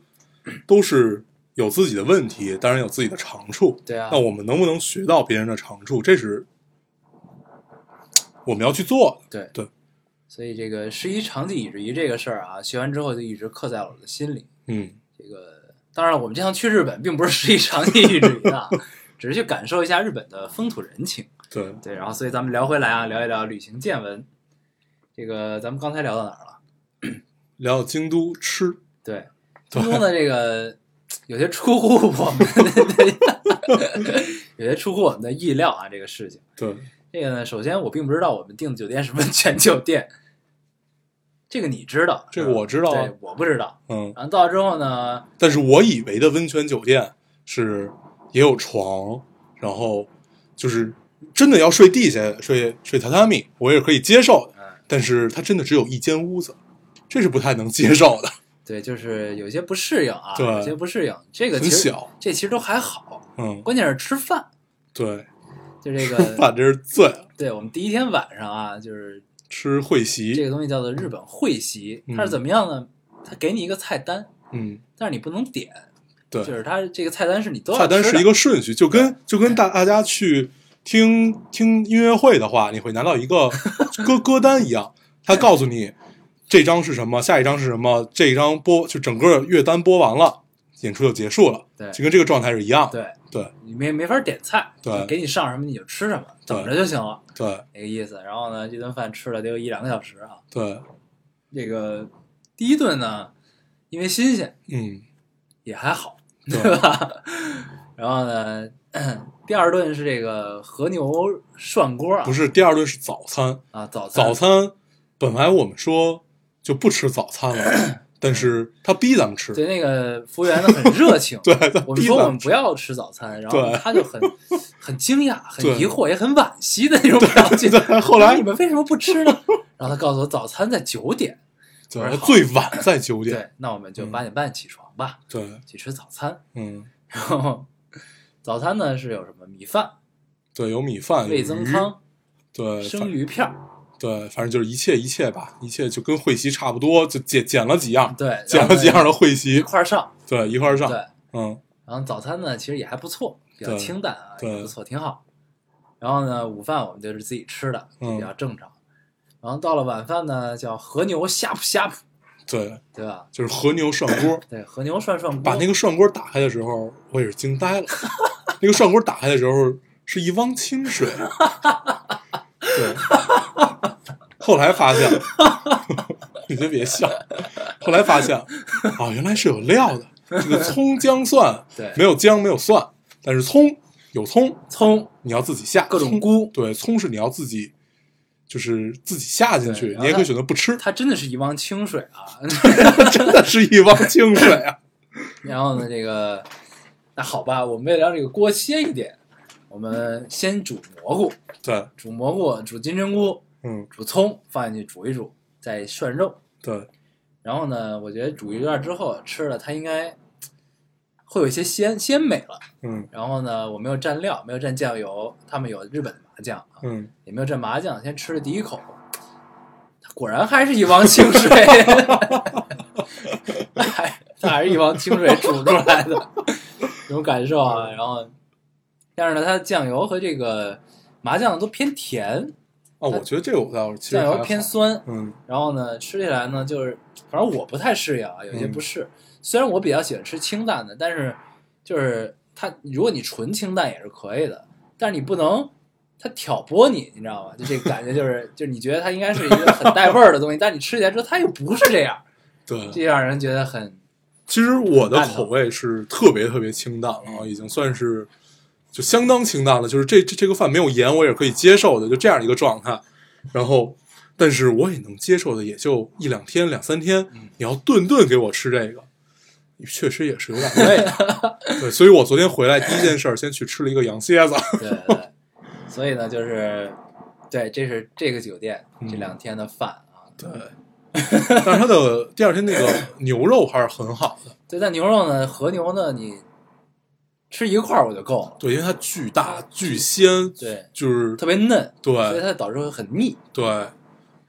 Speaker 1: 都是有自己的问题，当然有自己的长处。
Speaker 2: 对啊
Speaker 1: 那我们能不能学到别人的长处，这是我们要去做
Speaker 2: 对
Speaker 1: 对，
Speaker 2: 所以这个十一长技以制夷这个事儿啊，学完之后就一直刻在我的心里。
Speaker 1: 的。嗯，
Speaker 2: 这个当然了，我们这趟去日本并不是十一长技以制夷
Speaker 1: <laughs>
Speaker 2: 啊，只是去感受一下日本的风土人情。
Speaker 1: 对，
Speaker 2: 对，然后所以咱们聊回来啊，聊一聊旅行见闻。这个咱们刚才聊到哪儿了？
Speaker 1: 聊聊京都吃， <laughs>
Speaker 2: 对，京都的这个有些出乎我们的， <laughs> 有些出乎我们的意料啊，这个事情。
Speaker 1: 对，
Speaker 2: 这个呢，首先我并不知道我们订的酒店是温泉酒店，这个你知道，
Speaker 1: 这个我知道啊
Speaker 2: 对，我不知道。
Speaker 1: 嗯，
Speaker 2: 然后到了之后呢，
Speaker 1: 但是我以为的温泉酒店是也有床，然后就是真的要睡地下、睡睡榻榻米，我也是可以接受的。
Speaker 2: 嗯，
Speaker 1: 但是它真的只有一间屋子，这是不太能接受的。
Speaker 2: 对，就是有些不适应啊，
Speaker 1: 对
Speaker 2: 有些不适应。这个
Speaker 1: 很
Speaker 2: 其实
Speaker 1: 小
Speaker 2: 这其实都还好，
Speaker 1: 嗯，
Speaker 2: 关键是吃饭。
Speaker 1: 对，
Speaker 2: 就这
Speaker 1: 饭
Speaker 2: 个，
Speaker 1: 这是最爱
Speaker 2: 对我们第一天晚上啊，就是
Speaker 1: 吃会
Speaker 2: 这
Speaker 1: 席，
Speaker 2: 个东西叫做日本会席，
Speaker 1: 嗯
Speaker 2: 它是怎么样呢？它给你一个菜单，
Speaker 1: 嗯，
Speaker 2: 但是你不能点，
Speaker 1: 对，
Speaker 2: 就是它这个菜单是你都要
Speaker 1: 菜单
Speaker 2: 吃
Speaker 1: 是
Speaker 2: 的
Speaker 1: 一个顺序，就跟就跟大大家去听听音乐会的话，你会拿到
Speaker 2: <laughs>
Speaker 1: 一个歌歌单一样，它告诉你这张是什么，下一张是什么，这一张播就整个乐单播完了，演出就结束了，
Speaker 2: 对
Speaker 1: 就跟这个状态是一样的，
Speaker 2: 对，
Speaker 1: 对
Speaker 2: 你没没法点菜，
Speaker 1: 对
Speaker 2: 就给你上什么你就吃什么，等着就行了，
Speaker 1: 对
Speaker 2: 那个意思。然后呢，这顿饭吃了得有一两个小时啊。
Speaker 1: 对，
Speaker 2: 这个第一顿呢，因为新鲜
Speaker 1: 嗯，
Speaker 2: 也还好，
Speaker 1: 对
Speaker 2: 对吧？ <laughs> 然后呢，第二顿是这个和牛涮锅啊，
Speaker 1: 不是第二顿是早餐，
Speaker 2: 啊，早餐
Speaker 1: 早餐本来我们说就不吃早
Speaker 2: <clears throat>
Speaker 1: 餐了，但是他逼咱们吃，，
Speaker 2: 对，那个服务员呢很热情
Speaker 1: 对，他
Speaker 2: 我们
Speaker 1: 逼
Speaker 2: 说
Speaker 1: 咱
Speaker 2: 我
Speaker 1: 们
Speaker 2: 们
Speaker 1: 吃，
Speaker 2: 不要吃早餐，然后
Speaker 1: 对
Speaker 2: 他就很很惊讶、很
Speaker 1: 对
Speaker 2: 疑惑、也很惋惜的那种表情。
Speaker 1: 对后来
Speaker 2: 我说你们为什么不吃
Speaker 1: <laughs>
Speaker 2: 呢？然后他告诉我早餐在九点，
Speaker 1: 对
Speaker 2: 我说
Speaker 1: 他
Speaker 2: 好
Speaker 1: 最晚在九点，
Speaker 2: 对，那我们就
Speaker 1: 嗯
Speaker 2: 八点半起床吧，
Speaker 1: 对，
Speaker 2: 去吃早餐。
Speaker 1: 嗯。
Speaker 2: 然后早餐呢是有什么米饭、
Speaker 1: 对，有米饭，有
Speaker 2: 味增
Speaker 1: 鱼，呃
Speaker 2: 汤、
Speaker 1: 对，
Speaker 2: 生
Speaker 1: 反
Speaker 2: 鱼片儿，
Speaker 1: 对，反正就是一切一切吧，一切就跟会席差不多，就捡捡了几样，
Speaker 2: 嗯对，
Speaker 1: 捡了几样
Speaker 2: 然后
Speaker 1: 的会
Speaker 2: 一
Speaker 1: 席，
Speaker 2: 块儿上，
Speaker 1: 对，一块儿上
Speaker 2: 对，。
Speaker 1: 嗯，
Speaker 2: 然后早餐呢，其实也还不错，比较
Speaker 1: 对
Speaker 2: 清淡啊，
Speaker 1: 对
Speaker 2: 也不错，挺好。然后呢，午饭我们就是自己吃的，就
Speaker 1: 嗯
Speaker 2: 比较正常。然后到了晚饭呢，叫和牛呷哺呷哺，
Speaker 1: 对，
Speaker 2: 对吧？，
Speaker 1: 就是和牛涮锅
Speaker 2: 对，和牛涮涮锅，
Speaker 1: 把那个涮锅打开的时候，我也是惊呆了，那个涮锅打开的时候是一汪清水，对，后来发现，你先别笑，后来发现，哦，原来是有料的，这个葱姜蒜，
Speaker 2: 对
Speaker 1: 没有姜没有蒜，但是葱有葱，
Speaker 2: 葱
Speaker 1: 你要自己下
Speaker 2: 各种
Speaker 1: 葱
Speaker 2: 菇，
Speaker 1: 对，葱是你要自己，就是自己下进
Speaker 2: 对
Speaker 1: 去，
Speaker 2: 然后
Speaker 1: 你也可以
Speaker 2: 它，
Speaker 1: 选择不吃
Speaker 2: 它真的是一汪清水啊。 <laughs>
Speaker 1: <laughs> 真的是一汪清水啊！
Speaker 2: 然后呢，这个那好吧，我们为了让这个锅歇一点，我们先煮蘑菇，
Speaker 1: 对，
Speaker 2: 煮蘑菇，煮金针菇，
Speaker 1: 嗯，
Speaker 2: 煮葱放进去煮一煮，再涮肉。
Speaker 1: 对，
Speaker 2: 然后呢，我觉得煮一段之后吃了，它应该会有一些鲜鲜美了。
Speaker 1: 嗯
Speaker 2: 然后呢，我没有蘸料，没有蘸酱油，他们有日本的麻酱啊，
Speaker 1: 嗯。
Speaker 2: 也没有蘸麻酱，先吃了第一口，它果然还是一汪清水， <laughs> 还它还是一汪清水煮出来的，这种感受啊。然后，但是呢，它的酱油和这个麻酱都偏甜，
Speaker 1: 哦，
Speaker 2: 它
Speaker 1: 我觉得这个我倒是其实
Speaker 2: 酱
Speaker 1: 还
Speaker 2: 油
Speaker 1: 好
Speaker 2: 偏，酸，
Speaker 1: 嗯
Speaker 2: 然后呢，吃起来呢，就是反正我不太适应啊，有些不适。虽然我比较喜欢吃清淡的，但是就是它，如果你纯清淡也是可以的，但是你不能它挑拨你，你知道吗？就这个感觉就是， <laughs> 就是你觉得它应该是一个很带味儿的东西，但你吃起来之后它又不是这样，
Speaker 1: 对。
Speaker 2: 这让人觉得很
Speaker 1: 其实我的
Speaker 2: 淡的嗯
Speaker 1: 口味是特别特别清淡了，已经算是就相当清淡了，就是这这这个饭没有盐我也是可以接受的，就这样一个状态。然后，但是我也能接受的也就一两天两三天，
Speaker 2: 嗯
Speaker 1: 你要顿顿给我吃这个。确实也是有点累，啊
Speaker 2: <laughs>
Speaker 1: 对，所以我昨天回来第一件事儿，先去吃了一个羊蝎子，
Speaker 2: 对对对。所以呢，就是对，这是这个酒店这两天的饭啊。
Speaker 1: 对，但是它的第二天那个牛肉还是很好的，
Speaker 2: 对，但牛肉呢，和牛呢，你吃一块儿我就够了，
Speaker 1: 对，因为它巨大巨鲜，
Speaker 2: 对，
Speaker 1: 就是
Speaker 2: 特别嫩。所以
Speaker 1: 对
Speaker 2: 它导致会很腻。
Speaker 1: 对，呃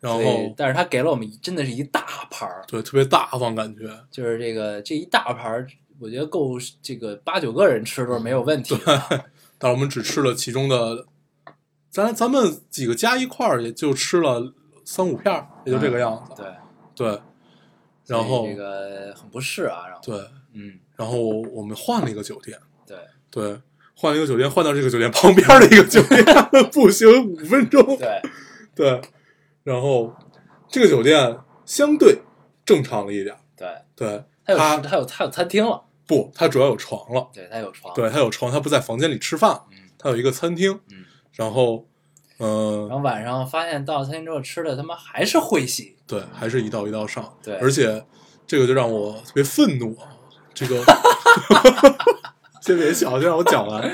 Speaker 1: 然
Speaker 2: 所以
Speaker 1: 后
Speaker 2: 但是它给了我们一真的是一大盘儿，
Speaker 1: 对特别大方感觉，
Speaker 2: 就是这个这一大盘儿，我觉得够这个八九个人吃都是没有问题的。
Speaker 1: 但是我们只吃了其中的，咱咱们几个加一块儿也就吃了三五片儿，也就这个样子，
Speaker 2: 对，
Speaker 1: 对，
Speaker 2: 嗯所以
Speaker 1: 然后
Speaker 2: 这个很不适啊，然后
Speaker 1: 对，
Speaker 2: 嗯，
Speaker 1: 然后我们换了一个酒店，
Speaker 2: 对，
Speaker 1: 对，换了一个酒店，换到这个酒店旁边的一个酒店， <laughs> 步行五分钟，
Speaker 2: 对，
Speaker 1: 对，然后这个酒店相对正常了一点儿，
Speaker 2: 对，
Speaker 1: 对，
Speaker 2: 它有
Speaker 1: 它
Speaker 2: 它有它有餐厅了，
Speaker 1: 不，它主要有床了。
Speaker 2: 对，它有床，
Speaker 1: 对，他有床，他不在房间里吃饭，
Speaker 2: 嗯
Speaker 1: 他有一个餐厅，
Speaker 2: 嗯，
Speaker 1: 然后，
Speaker 2: 然
Speaker 1: 呃，
Speaker 2: 后晚上发现到了餐厅之后吃的他妈还是会席，
Speaker 1: 对，还是一道一道上，
Speaker 2: 对
Speaker 1: 而且这个就让我特别
Speaker 2: <laughs>
Speaker 1: 愤怒啊，这个，先别笑，先让我讲完，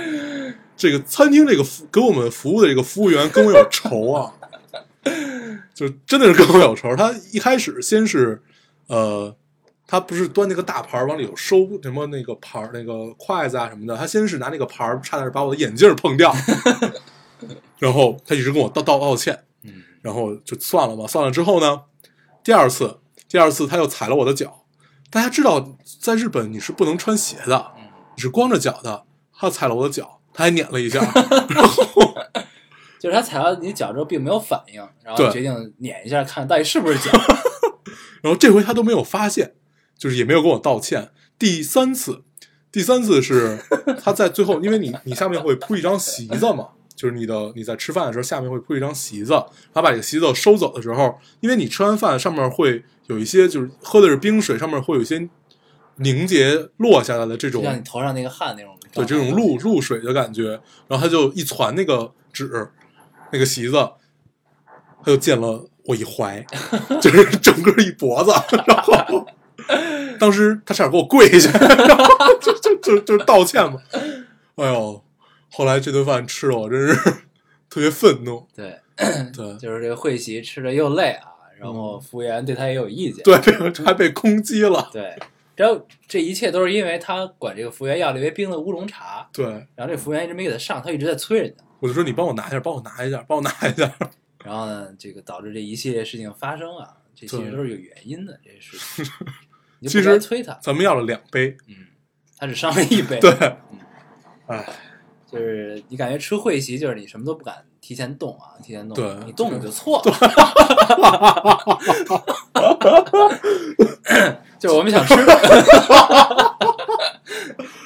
Speaker 1: 这个餐厅这个服给我们服务的这个服务员跟我有仇啊，就真的是跟我有仇。他一开始先是呃，他不是端那个大盘儿往里有收什么那个盘儿那个筷子啊什么的，他先是拿那个盘儿差点把我的眼镜儿
Speaker 2: <laughs>
Speaker 1: 碰掉，然后他一直跟我道道道歉，
Speaker 2: 嗯，
Speaker 1: 然后就算了吧。算了之后呢，第二次，第二次他又踩了我的脚。大家知道，在日本你是不能穿鞋的，你是光着脚的。他踩了我的脚，他还撵了一下， <laughs>
Speaker 2: 就是他踩到你脚之后并没有反应，然后
Speaker 1: 对
Speaker 2: 决定撵一下看到底是不
Speaker 1: <laughs>
Speaker 2: 是脚。
Speaker 1: 然后这回他都没有发现，就是也没有跟我道歉。第三次，第三次是他在最后，因为你你下面会铺一张席子嘛，就是你的你在吃饭的时候下面会铺一张席子，他把这个席子收走的时候，因为你吃完饭上面会有一些就是喝的是冰水，上面会有一些凝结落下来的这
Speaker 2: 就
Speaker 1: 种
Speaker 2: 像你头上那个汗那种状态，
Speaker 1: 对这种露露水的感觉，然后他就一攒那个纸，那个席子，他就溅了我一 <laughs> 怀，就是整个一脖子，然后 <laughs> 当时他差点给我跪下，然后就就就就道歉嘛，哎呦，后来这顿饭吃的我真是特别愤怒，
Speaker 2: 对，
Speaker 1: 对
Speaker 2: 就是这个会席吃着又累啊，然后服务员对他也有意见，
Speaker 1: 嗯对， <laughs> 这还被攻击了，
Speaker 2: 对，然后这一切都是因为他管这个服务员要了一杯冰的乌龙茶，
Speaker 1: 对
Speaker 2: 然后这服务员一直没给他上，他一直在催人家，
Speaker 1: 我就说你帮我拿一下，帮我拿一下，帮我拿一下，
Speaker 2: 然后呢，这个导致这一系列事情发生啊，这其实
Speaker 1: 对
Speaker 2: 都是有原因的，这些事
Speaker 1: <laughs>
Speaker 2: 情，你就
Speaker 1: 其
Speaker 2: 不该
Speaker 1: 实
Speaker 2: 催他，
Speaker 1: 咱们要了两杯，
Speaker 2: 嗯，他只上了一杯，
Speaker 1: <laughs> 对，嗯哎。
Speaker 2: 就是你感觉吃会席，就是你什么都不敢提前动啊，提前动，
Speaker 1: 对
Speaker 2: 你动你就错了。 <laughs> 就是我们想吃， <laughs>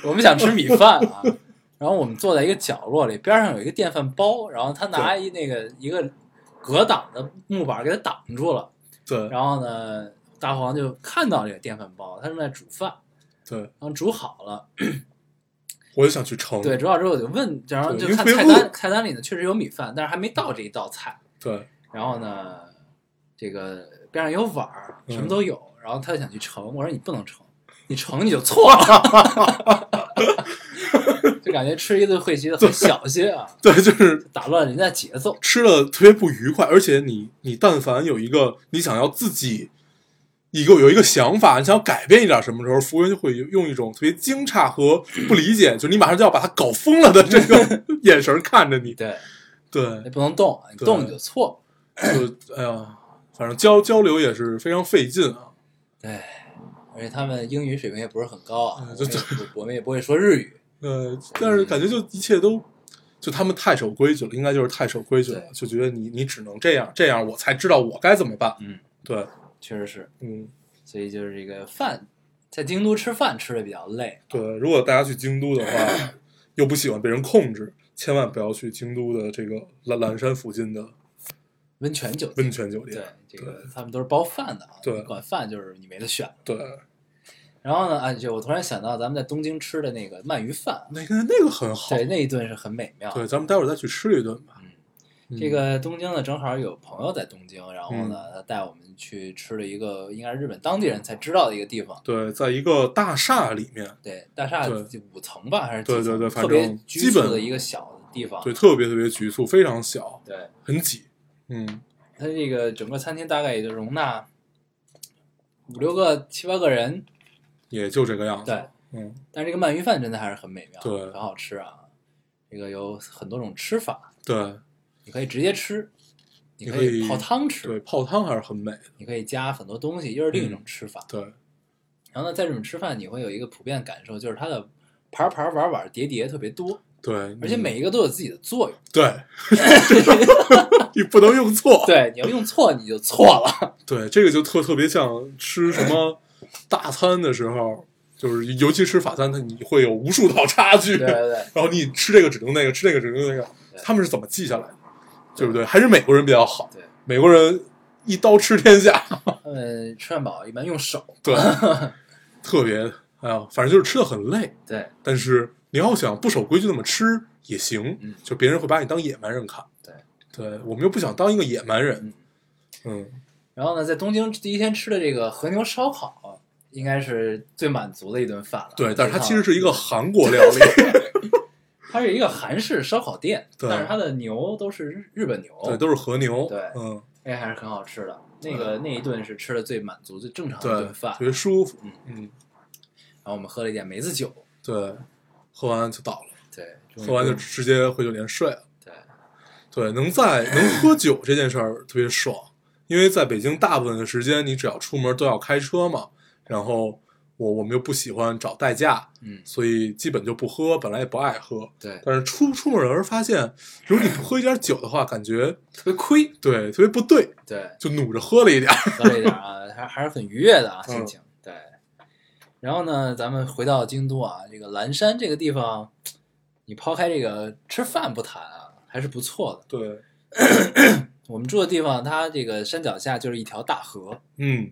Speaker 2: 我们想吃米饭啊，然后我们坐在一个角落里，边上有一个电饭煲，然后他拿一那个一个隔挡的木板给它挡住了，
Speaker 1: 对
Speaker 2: 然后呢，大黄就看到这个电饭煲，他正在煮饭，
Speaker 1: 对，
Speaker 2: 然后煮好了。
Speaker 1: 我就想去盛。
Speaker 2: 对，煮好之后我就问，然后
Speaker 1: 对
Speaker 2: 就
Speaker 1: 因为
Speaker 2: 看
Speaker 1: 别
Speaker 2: 菜
Speaker 1: 饿
Speaker 2: 单，菜单里呢确实有米饭，但是还没到这一道菜。
Speaker 1: 对，
Speaker 2: 然后呢，这个边上有碗儿，什么
Speaker 1: 嗯
Speaker 2: 都有。然后他就想去盛，我说你不能盛，你盛你就错了， <laughs> 就感觉吃一顿会席的很小心啊，
Speaker 1: <laughs> 对，就是
Speaker 2: 打乱人家节奏。
Speaker 1: 吃了特别不愉快，而且你你但凡有一个你想要自己一个有一个想法，你想要改变一点什么时候，服务员就会用一种特别惊诧和不理解，就是你马上就要把他搞疯了的这个眼神看着你。
Speaker 2: 对，
Speaker 1: 对
Speaker 2: 你，不能动啊，你
Speaker 1: 对
Speaker 2: 动你就错。
Speaker 1: 就哎呀，反正交交流也是非常费劲啊。
Speaker 2: 而且他们英语水平也不是很高啊，
Speaker 1: 嗯
Speaker 2: 我
Speaker 1: 就
Speaker 2: 们也不我们也不会说日语。
Speaker 1: 呃，但是感觉就一切都。就他们太守规矩了，应该就是太守规矩了
Speaker 2: 对，
Speaker 1: 就觉得你你只能这样，这样我才知道我该怎么办。
Speaker 2: 嗯，
Speaker 1: 对，
Speaker 2: 确实是，
Speaker 1: 嗯，
Speaker 2: 所以就是这个饭，在京都吃饭吃的比较累。
Speaker 1: 对，如果大家去京都的话，又不喜欢被人控制，千万不要去京都的这个蓝蓝山附近的
Speaker 2: 温泉酒店，
Speaker 1: 温泉酒
Speaker 2: 对
Speaker 1: 店。，
Speaker 2: 这个他们都是包饭的啊，
Speaker 1: 对
Speaker 2: 你管饭就是你没得选。
Speaker 1: 对，
Speaker 2: 然后呢，啊，就我突然想到咱们在东京吃的那个鳗鱼饭，
Speaker 1: 那个那个很好。
Speaker 2: 对，那一顿是很美妙。
Speaker 1: 对，咱们待会儿再去吃一顿吧。嗯
Speaker 2: 这个东京呢，正好有朋友在东京，然后呢，他带我们去吃了一个应该是日本当地人才知道的一个地方，
Speaker 1: 对，在一个大厦里面，
Speaker 2: 对，大厦
Speaker 1: 对
Speaker 2: 就五层吧，还是几
Speaker 1: 对对
Speaker 2: 层
Speaker 1: 对反
Speaker 2: 特别
Speaker 1: 正
Speaker 2: 局
Speaker 1: 基
Speaker 2: 促
Speaker 1: 本
Speaker 2: 的一个小的地方。
Speaker 1: 对，特别特别局促，非常小，
Speaker 2: 对，
Speaker 1: 很挤。嗯，
Speaker 2: 它这个整个餐厅大概也就容纳五六个、七八个人，
Speaker 1: 也就这个样子。
Speaker 2: 对，
Speaker 1: 嗯，
Speaker 2: 但是这个鳗鱼饭真的还是很美妙，
Speaker 1: 对
Speaker 2: 很好吃啊。这个有很多种吃法，
Speaker 1: 对
Speaker 2: 你可以直接吃，你
Speaker 1: 你
Speaker 2: 可
Speaker 1: 可以
Speaker 2: 以泡汤吃，
Speaker 1: 对，泡汤还是很美的。
Speaker 2: 你可以加很多东西，又是另一种吃法。
Speaker 1: 对，
Speaker 2: 然后呢，在日本吃饭，你会有一个普遍感受，就是它的盘儿盘儿碗儿碗儿叠叠特别多，
Speaker 1: 对，
Speaker 2: 而且
Speaker 1: 你
Speaker 2: 每一个都有自己的作用。 <laughs>
Speaker 1: 对， <laughs> 你不能用错。
Speaker 2: 对，你要用错你就错了。
Speaker 1: 对，这个就特特别像吃什么大餐的时候，就是尤其吃法餐，它你会有无数道差距，
Speaker 2: <laughs> 对对
Speaker 1: 然
Speaker 2: <laughs> 对，
Speaker 1: 后你吃这个只能那个，吃那个只能那个
Speaker 2: 对，
Speaker 1: 他们是怎么记下来的，对不对？还是美国人比较好，
Speaker 2: 对
Speaker 1: 美国人一刀吃天下，
Speaker 2: 他们嗯吃汉堡一般用手。 <laughs>
Speaker 1: 对，特别哎呀，反正就是吃的很累，
Speaker 2: 对
Speaker 1: 但是你要想不守规矩那么吃也行，
Speaker 2: 嗯
Speaker 1: 就别人会把你当野蛮人看，
Speaker 2: 对，
Speaker 1: 对我们又不想当一个野蛮人
Speaker 2: 嗯，
Speaker 1: 嗯，
Speaker 2: 然后呢，在东京第一天吃的这个和牛烧烤，应该是最满足的一顿饭了。
Speaker 1: 对，但是
Speaker 2: 非
Speaker 1: 它
Speaker 2: 常
Speaker 1: 其实是一个韩国料理。
Speaker 2: 它是一个韩式烧烤店，
Speaker 1: 对
Speaker 2: 但是它的牛都是日日本牛，
Speaker 1: 对，都是和牛，
Speaker 2: 哦对
Speaker 1: 嗯，
Speaker 2: 哎还是很好吃的。那个那一顿是吃的最满足、最正常的一
Speaker 1: 对，
Speaker 2: 顿啊饭
Speaker 1: 特，别舒服
Speaker 2: 嗯，
Speaker 1: 嗯，
Speaker 2: 然后我们喝了一点梅子酒，
Speaker 1: 对，喝完就倒了，
Speaker 2: 对，
Speaker 1: 喝完就
Speaker 2: 终于
Speaker 1: 直接回酒店睡了。
Speaker 2: 对，
Speaker 1: 对，
Speaker 2: <laughs>
Speaker 1: 能在能喝酒这件事儿特别爽，因为在北京大部分的时间你只要出门都要开车嘛，然后我我们又不喜欢找代驾，
Speaker 2: 嗯，
Speaker 1: 所以基本就不喝，本来也不爱喝。
Speaker 2: 对，
Speaker 1: 但是出出门的时候发现，如果你不喝一点酒的话，感觉
Speaker 2: 特别亏，
Speaker 1: 对特别不对，
Speaker 2: 对，
Speaker 1: 就努着喝了一点儿。
Speaker 2: 喝了一点啊，还还是很愉悦的啊，
Speaker 1: 嗯
Speaker 2: 心情。对，然后呢，咱们回到京都啊，这个岚山这个地方，你抛开这个吃饭不谈啊，还是不错的。
Speaker 1: 对，
Speaker 2: 我们住的地方，它这个山脚下就是一条大河，
Speaker 1: 嗯，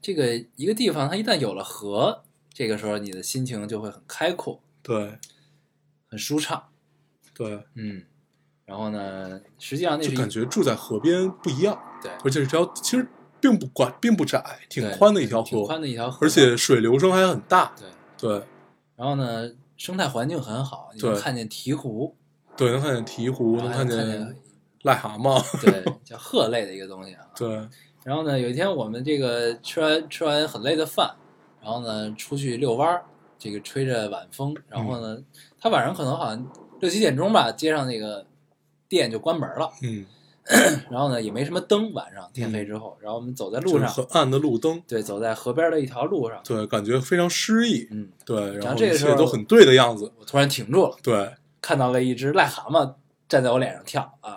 Speaker 2: 这个一个地方，它一旦有了河，这个时候你的心情就会很开阔，
Speaker 1: 对
Speaker 2: 很舒畅。
Speaker 1: 对，
Speaker 2: 嗯，然后呢，实际上那是
Speaker 1: 就
Speaker 2: 一
Speaker 1: 感觉住在河边不一样，
Speaker 2: 对
Speaker 1: 而且这条其实并不宽，并不窄，挺
Speaker 2: 对
Speaker 1: 宽的一条
Speaker 2: 挺
Speaker 1: 河，
Speaker 2: 宽的一条河，
Speaker 1: 而且水流声还很大。
Speaker 2: 对，
Speaker 1: 对
Speaker 2: 然后呢，生态环境很好，你能
Speaker 1: 对
Speaker 2: 看见鹈鹕，
Speaker 1: 对，能看见鹈鹕，
Speaker 2: 然
Speaker 1: 能
Speaker 2: 后还
Speaker 1: 看见癞蛤蟆，
Speaker 2: 对，叫鹤类的一个东西啊。
Speaker 1: 对，
Speaker 2: 然后呢，有一天我们这个吃完吃完很累的饭，然后呢出去遛弯儿，这个吹着晚风，然后
Speaker 1: 嗯
Speaker 2: 呢，他晚上可能好像六七点钟吧，街上那个店就关门了，
Speaker 1: 嗯，
Speaker 2: 然后呢也没什么灯，晚上天黑之后，然后我们走在
Speaker 1: 就
Speaker 2: 路
Speaker 1: 是
Speaker 2: 上，
Speaker 1: 很暗的路灯，
Speaker 2: 对，走在河边的一条路上，
Speaker 1: 对，感觉非常诗意，
Speaker 2: 嗯，
Speaker 1: 对，然
Speaker 2: 然后
Speaker 1: 后
Speaker 2: 这个
Speaker 1: 一
Speaker 2: 时
Speaker 1: 切
Speaker 2: 候
Speaker 1: 都很对的样子，
Speaker 2: 我突然停住了，
Speaker 1: 对
Speaker 2: 看到了一只癞蛤蟆站在我脸上跳啊，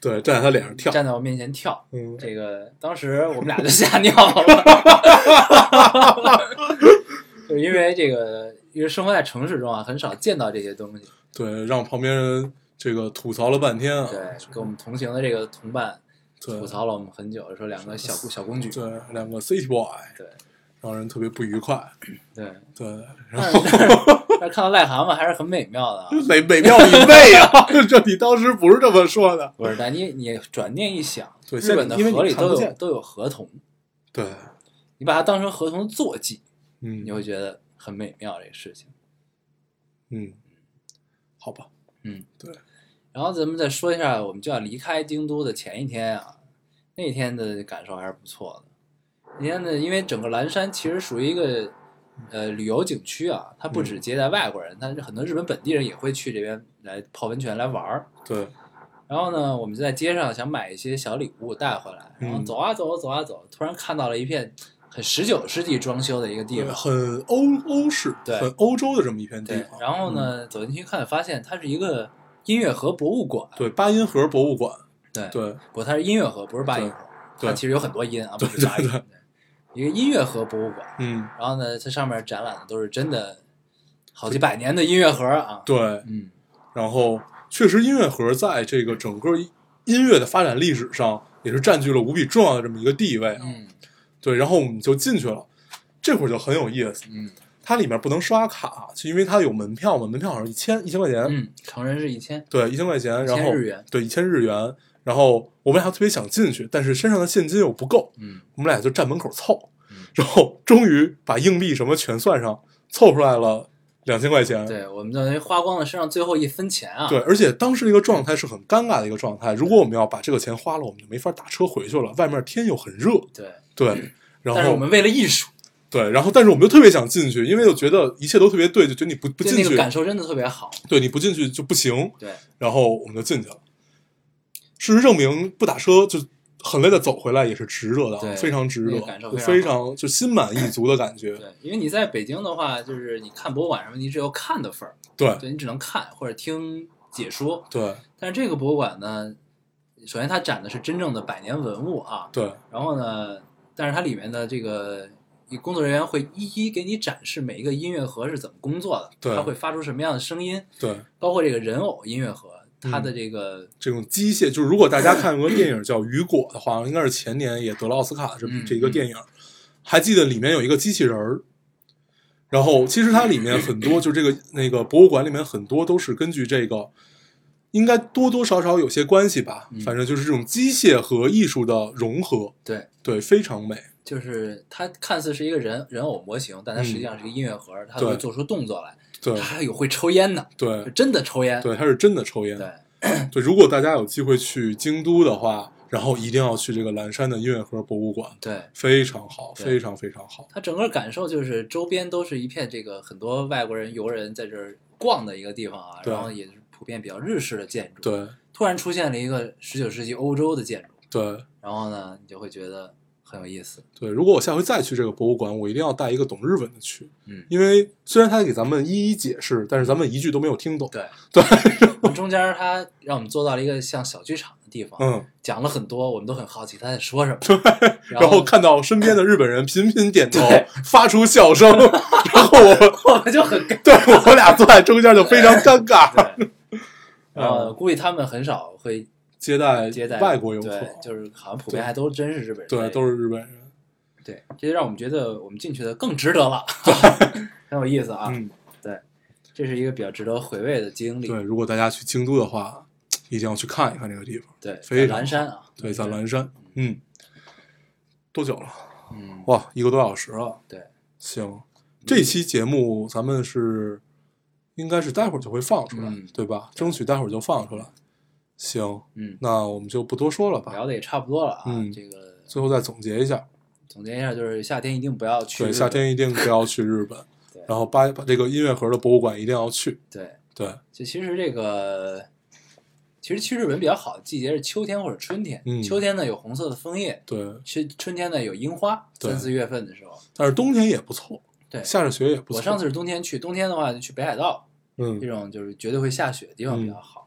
Speaker 1: 对，站在他脸上跳，
Speaker 2: 站在我面前跳，
Speaker 1: 嗯，
Speaker 2: 这个当时我们俩就吓尿了， <laughs> 就是因为这个，因为生活在城市中啊，很少见到这些东西。
Speaker 1: 对，让旁边人这个吐槽了半天啊，
Speaker 2: 对，跟我们同行的这个同伴
Speaker 1: 对
Speaker 2: 吐槽了我们很久，说两个小公小公举。
Speaker 1: 对，两个 city boy，
Speaker 2: 对
Speaker 1: 让人特别不愉快，
Speaker 2: 对，
Speaker 1: 对，然
Speaker 2: 但
Speaker 1: 后
Speaker 2: 是但是看到癞蛤蟆还是很美妙的啊。
Speaker 1: <laughs> 美美妙一倍啊，这你当时不是这么说的，
Speaker 2: 不是，但你你转念一想，
Speaker 1: 对
Speaker 2: 日本的
Speaker 1: 现在因为你
Speaker 2: 河里
Speaker 1: 看不
Speaker 2: 都有
Speaker 1: 见
Speaker 2: 都有河童，
Speaker 1: 对，
Speaker 2: 你把它当成河童坐骑，
Speaker 1: 嗯
Speaker 2: 你会觉得很美妙这个事情。
Speaker 1: 嗯，好吧，
Speaker 2: 然后咱们再说一下，我们就要离开京都的前一天啊，那天的感受还是不错的。那天呢，因为整个岚山其实属于一个呃旅游景区啊，它不只
Speaker 1: 嗯
Speaker 2: 接待外国人，它很多日本本地人也会去这边来泡温泉来玩儿。
Speaker 1: 对
Speaker 2: 然后呢，我们就在街上想买一些小礼物带回来，然后
Speaker 1: 嗯
Speaker 2: 走啊走啊走啊走，突然看到了一片很十九世纪装修的一个地
Speaker 1: 对，
Speaker 2: 方。
Speaker 1: 很欧欧式，
Speaker 2: 对
Speaker 1: 很欧洲的这么一片地
Speaker 2: 对
Speaker 1: 方，，嗯
Speaker 2: 然后呢，走进去看，发现它是一个音乐盒博物馆。
Speaker 1: 对，八音盒博物馆，
Speaker 2: 对
Speaker 1: 对
Speaker 2: 不，它是音乐盒，不是八音盒。
Speaker 1: 对
Speaker 2: 它其实有很多音啊，不是八音。
Speaker 1: 对
Speaker 2: 一个音乐盒博物馆，
Speaker 1: 嗯，
Speaker 2: 然后呢，它上面展览的都是真的好几百年的音乐盒啊。
Speaker 1: 对，
Speaker 2: 嗯，
Speaker 1: 然后确实音乐盒在这个整个音乐的发展历史上也是占据了无比重要的这么一个地位啊，
Speaker 2: 嗯
Speaker 1: 对，然后我们就进去了，这会儿就很有意思，
Speaker 2: 嗯
Speaker 1: 它里面不能刷卡，是因为它有门票嘛，门票好像一千一千块钱，
Speaker 2: 嗯，成人是一千，
Speaker 1: 对，一千块钱，然后
Speaker 2: 日元
Speaker 1: 对一千日元，然后我们俩特别想进去，但是身上的现金又不够，
Speaker 2: 嗯
Speaker 1: 我们俩就站门口凑
Speaker 2: 嗯，
Speaker 1: 然后终于把硬币什么全算上，凑出来了两千块钱。
Speaker 2: 对，我们等于花光了身上最后一分钱啊。
Speaker 1: 对，而且当时那个状态是很尴尬的一个状态。如果我们要把这个钱花了，我们就没法打车回去了。外面天又很热，
Speaker 2: 对， <clears throat>
Speaker 1: 对，然
Speaker 2: 但是
Speaker 1: 后
Speaker 2: 我们为了艺术，
Speaker 1: 对，然后但是我们就特别想进去，因为就觉得一切都特别对，就觉得你不不
Speaker 2: 就
Speaker 1: 进
Speaker 2: 那
Speaker 1: 去
Speaker 2: 个，感受真的特别好。
Speaker 1: 对你不进去就不行。
Speaker 2: 对，
Speaker 1: 然后我们就进去了。事实证明，不打车就很累的走回来也是值得的
Speaker 2: 对
Speaker 1: 啊，非常值
Speaker 2: 那
Speaker 1: 得
Speaker 2: 个感受，
Speaker 1: 就
Speaker 2: 非
Speaker 1: 非
Speaker 2: 常
Speaker 1: 常就心满意足的感觉。
Speaker 2: 对，因为你在北京的话，就是你看博物馆什么，你只有看的份儿，
Speaker 1: 对
Speaker 2: 对你只能看或者听解说。
Speaker 1: 对
Speaker 2: 但是这个博物馆呢，首先它展的是真正的百年文物啊，
Speaker 1: 对
Speaker 2: 然后呢，但是它里面的这个工作人员会一一给你展示每一个音乐盒是怎么工作的，
Speaker 1: 对
Speaker 2: 它会发出什么样的声音，
Speaker 1: 对，
Speaker 2: 包括这个人偶音乐盒，它的
Speaker 1: 嗯
Speaker 2: 这个、
Speaker 1: 这种机械，就是如果大家看过电影叫《雨果》的话，应该是前年也得了奥斯卡的这
Speaker 2: 嗯
Speaker 1: 这一个电影，还记得里面有一个机器人儿。然后，其实它里面很多，就这个 <coughs> 那个博物馆里面很多都是根据这个，应该多多少少有些关系吧
Speaker 2: 嗯。
Speaker 1: 反正就是这种机械和艺术的融合，
Speaker 2: 对，
Speaker 1: 对，非常美。
Speaker 2: 就是它看似是一个人人偶模型，但它实际上是一个音乐盒，它
Speaker 1: 对
Speaker 2: 会做出动作来，
Speaker 1: 对
Speaker 2: 还有会抽烟的，
Speaker 1: 对
Speaker 2: 真的抽烟。
Speaker 1: 对，他是真的抽烟。
Speaker 2: 对
Speaker 1: 对，如果大家有机会去京都的话，然后一定要去这个岚山的音乐盒博物馆，
Speaker 2: 对，
Speaker 1: 非常好，
Speaker 2: 对
Speaker 1: 非常非常好。
Speaker 2: 它整个感受就是周边都是一片这个很多外国人游人在这儿逛的一个地方啊，
Speaker 1: 对
Speaker 2: 然后也是普遍比较日式的建筑。，
Speaker 1: 对
Speaker 2: 突然出现了一个十九世纪欧洲的建筑，
Speaker 1: 对
Speaker 2: 然后呢，你就会觉得很有意思。
Speaker 1: 对，如果我下回再去这个博物馆，我一定要带一个懂日文的去，
Speaker 2: 嗯，
Speaker 1: 因为虽然他给咱们一一解释，但是咱们一句都没有听懂。
Speaker 2: 对
Speaker 1: 对，
Speaker 2: <laughs> 中间儿它让我们坐到了一个像小剧场的地方，
Speaker 1: 嗯，
Speaker 2: 讲了很多，我们都很好奇他在说什么。然
Speaker 1: 然后
Speaker 2: 后
Speaker 1: 看到身边的日本人频频点头
Speaker 2: 对，
Speaker 1: 发出
Speaker 2: <laughs>
Speaker 1: 笑声，然后我
Speaker 2: 我们就很尴
Speaker 1: 对我俩坐在中间就非常尴尬。
Speaker 2: 尬。
Speaker 1: <laughs>
Speaker 2: 对
Speaker 1: 嗯
Speaker 2: 然后估计他们很少会
Speaker 1: 接待
Speaker 2: 接待
Speaker 1: 外国游客
Speaker 2: 对，，就是好像普遍还都真是日本人在
Speaker 1: 对，
Speaker 2: 用，
Speaker 1: 都是日本人。
Speaker 2: 对，这就让我们觉得我们进去的更值得
Speaker 1: <laughs>
Speaker 2: 了，很有意思啊。
Speaker 1: 嗯，
Speaker 2: 这是一个比较值得回味的经历。
Speaker 1: 对，如果大家去京都的话，一定要去看一看这个地方。
Speaker 2: 对，
Speaker 1: 非
Speaker 2: 在
Speaker 1: 常
Speaker 2: 岚山啊，
Speaker 1: 对，在岚山，嗯，多久了？
Speaker 2: 嗯，
Speaker 1: 哇，一个多小时了。
Speaker 2: 对，嗯
Speaker 1: 行，这期节目咱们是应该是待会儿就会放出来，
Speaker 2: 嗯
Speaker 1: 对吧？争取待会儿就放出来。行，
Speaker 2: 嗯，
Speaker 1: 那我们就不多说了吧。
Speaker 2: 聊的也差不多了啊。
Speaker 1: 嗯
Speaker 2: 这个
Speaker 1: 最后再总结一下，
Speaker 2: 总结一下，就是夏天一定不要去日
Speaker 1: 对，
Speaker 2: 本。
Speaker 1: 夏天一定不要去日本
Speaker 2: <laughs> 对，
Speaker 1: 然后八把这个音乐盒的博物馆一定要去。
Speaker 2: 对，
Speaker 1: 对，
Speaker 2: 就其实这个，其实去日本比较好的季节是秋天或者春天。
Speaker 1: 嗯
Speaker 2: 秋天呢有红色的枫叶，
Speaker 1: 对，
Speaker 2: 春春天呢有樱花，
Speaker 1: 对
Speaker 2: 三四月份的时候。
Speaker 1: 但是冬天也不错，
Speaker 2: 对，
Speaker 1: 下着雪也不错。
Speaker 2: 我上次是冬天去，冬天的话就去北海道
Speaker 1: 嗯
Speaker 2: 这，种就是绝对会下雪的地方比较好。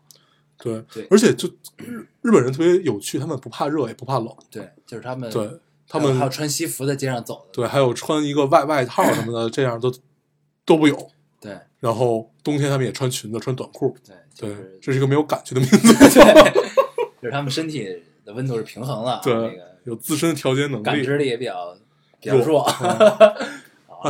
Speaker 1: 对，
Speaker 2: 对
Speaker 1: 而且就日日本人特别有趣，他们不怕热也不怕冷，
Speaker 2: 对，就是他们
Speaker 1: 对他
Speaker 2: 还有还有
Speaker 1: 们
Speaker 2: 穿西服在街上走的。
Speaker 1: 对还有穿一个外外套什么的，这样都都不有。
Speaker 2: 对
Speaker 1: 然后冬天他们也穿裙子穿短裤，
Speaker 2: 对，就
Speaker 1: 对
Speaker 2: 是，
Speaker 1: 这是一个没有感觉的民族，
Speaker 2: <laughs> 就是他们身体的温度是平衡了啊，那
Speaker 1: 对
Speaker 2: 个，
Speaker 1: 有自身调节能
Speaker 2: 感
Speaker 1: 力。
Speaker 2: 知力也比较比较弱。好，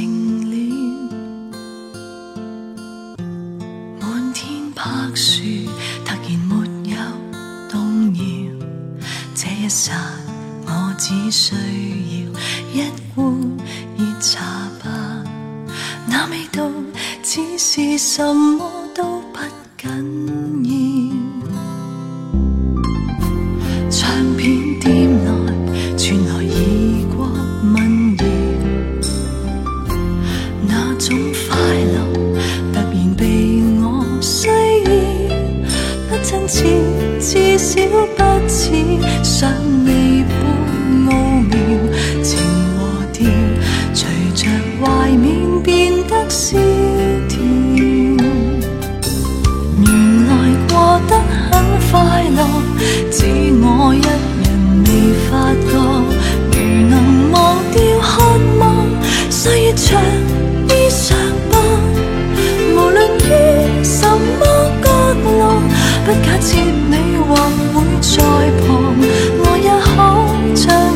Speaker 3: 了，滿天柏樹突然沒有動搖。這一剎，我只需要一碗熱茶吧，那味道只是什麼都不緊要。唱片店內傳來異國民謠，那種快樂突然被我需要，不親切，至少不似尚未般奧妙，情和調隨着懷緬變得蕭條。原來過得很快樂，只我一人未發覺。如能忘掉渴望，歲月長衣上吧。無論於什麼角落，不假設你或會在旁，我也可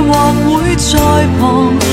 Speaker 3: 在旁，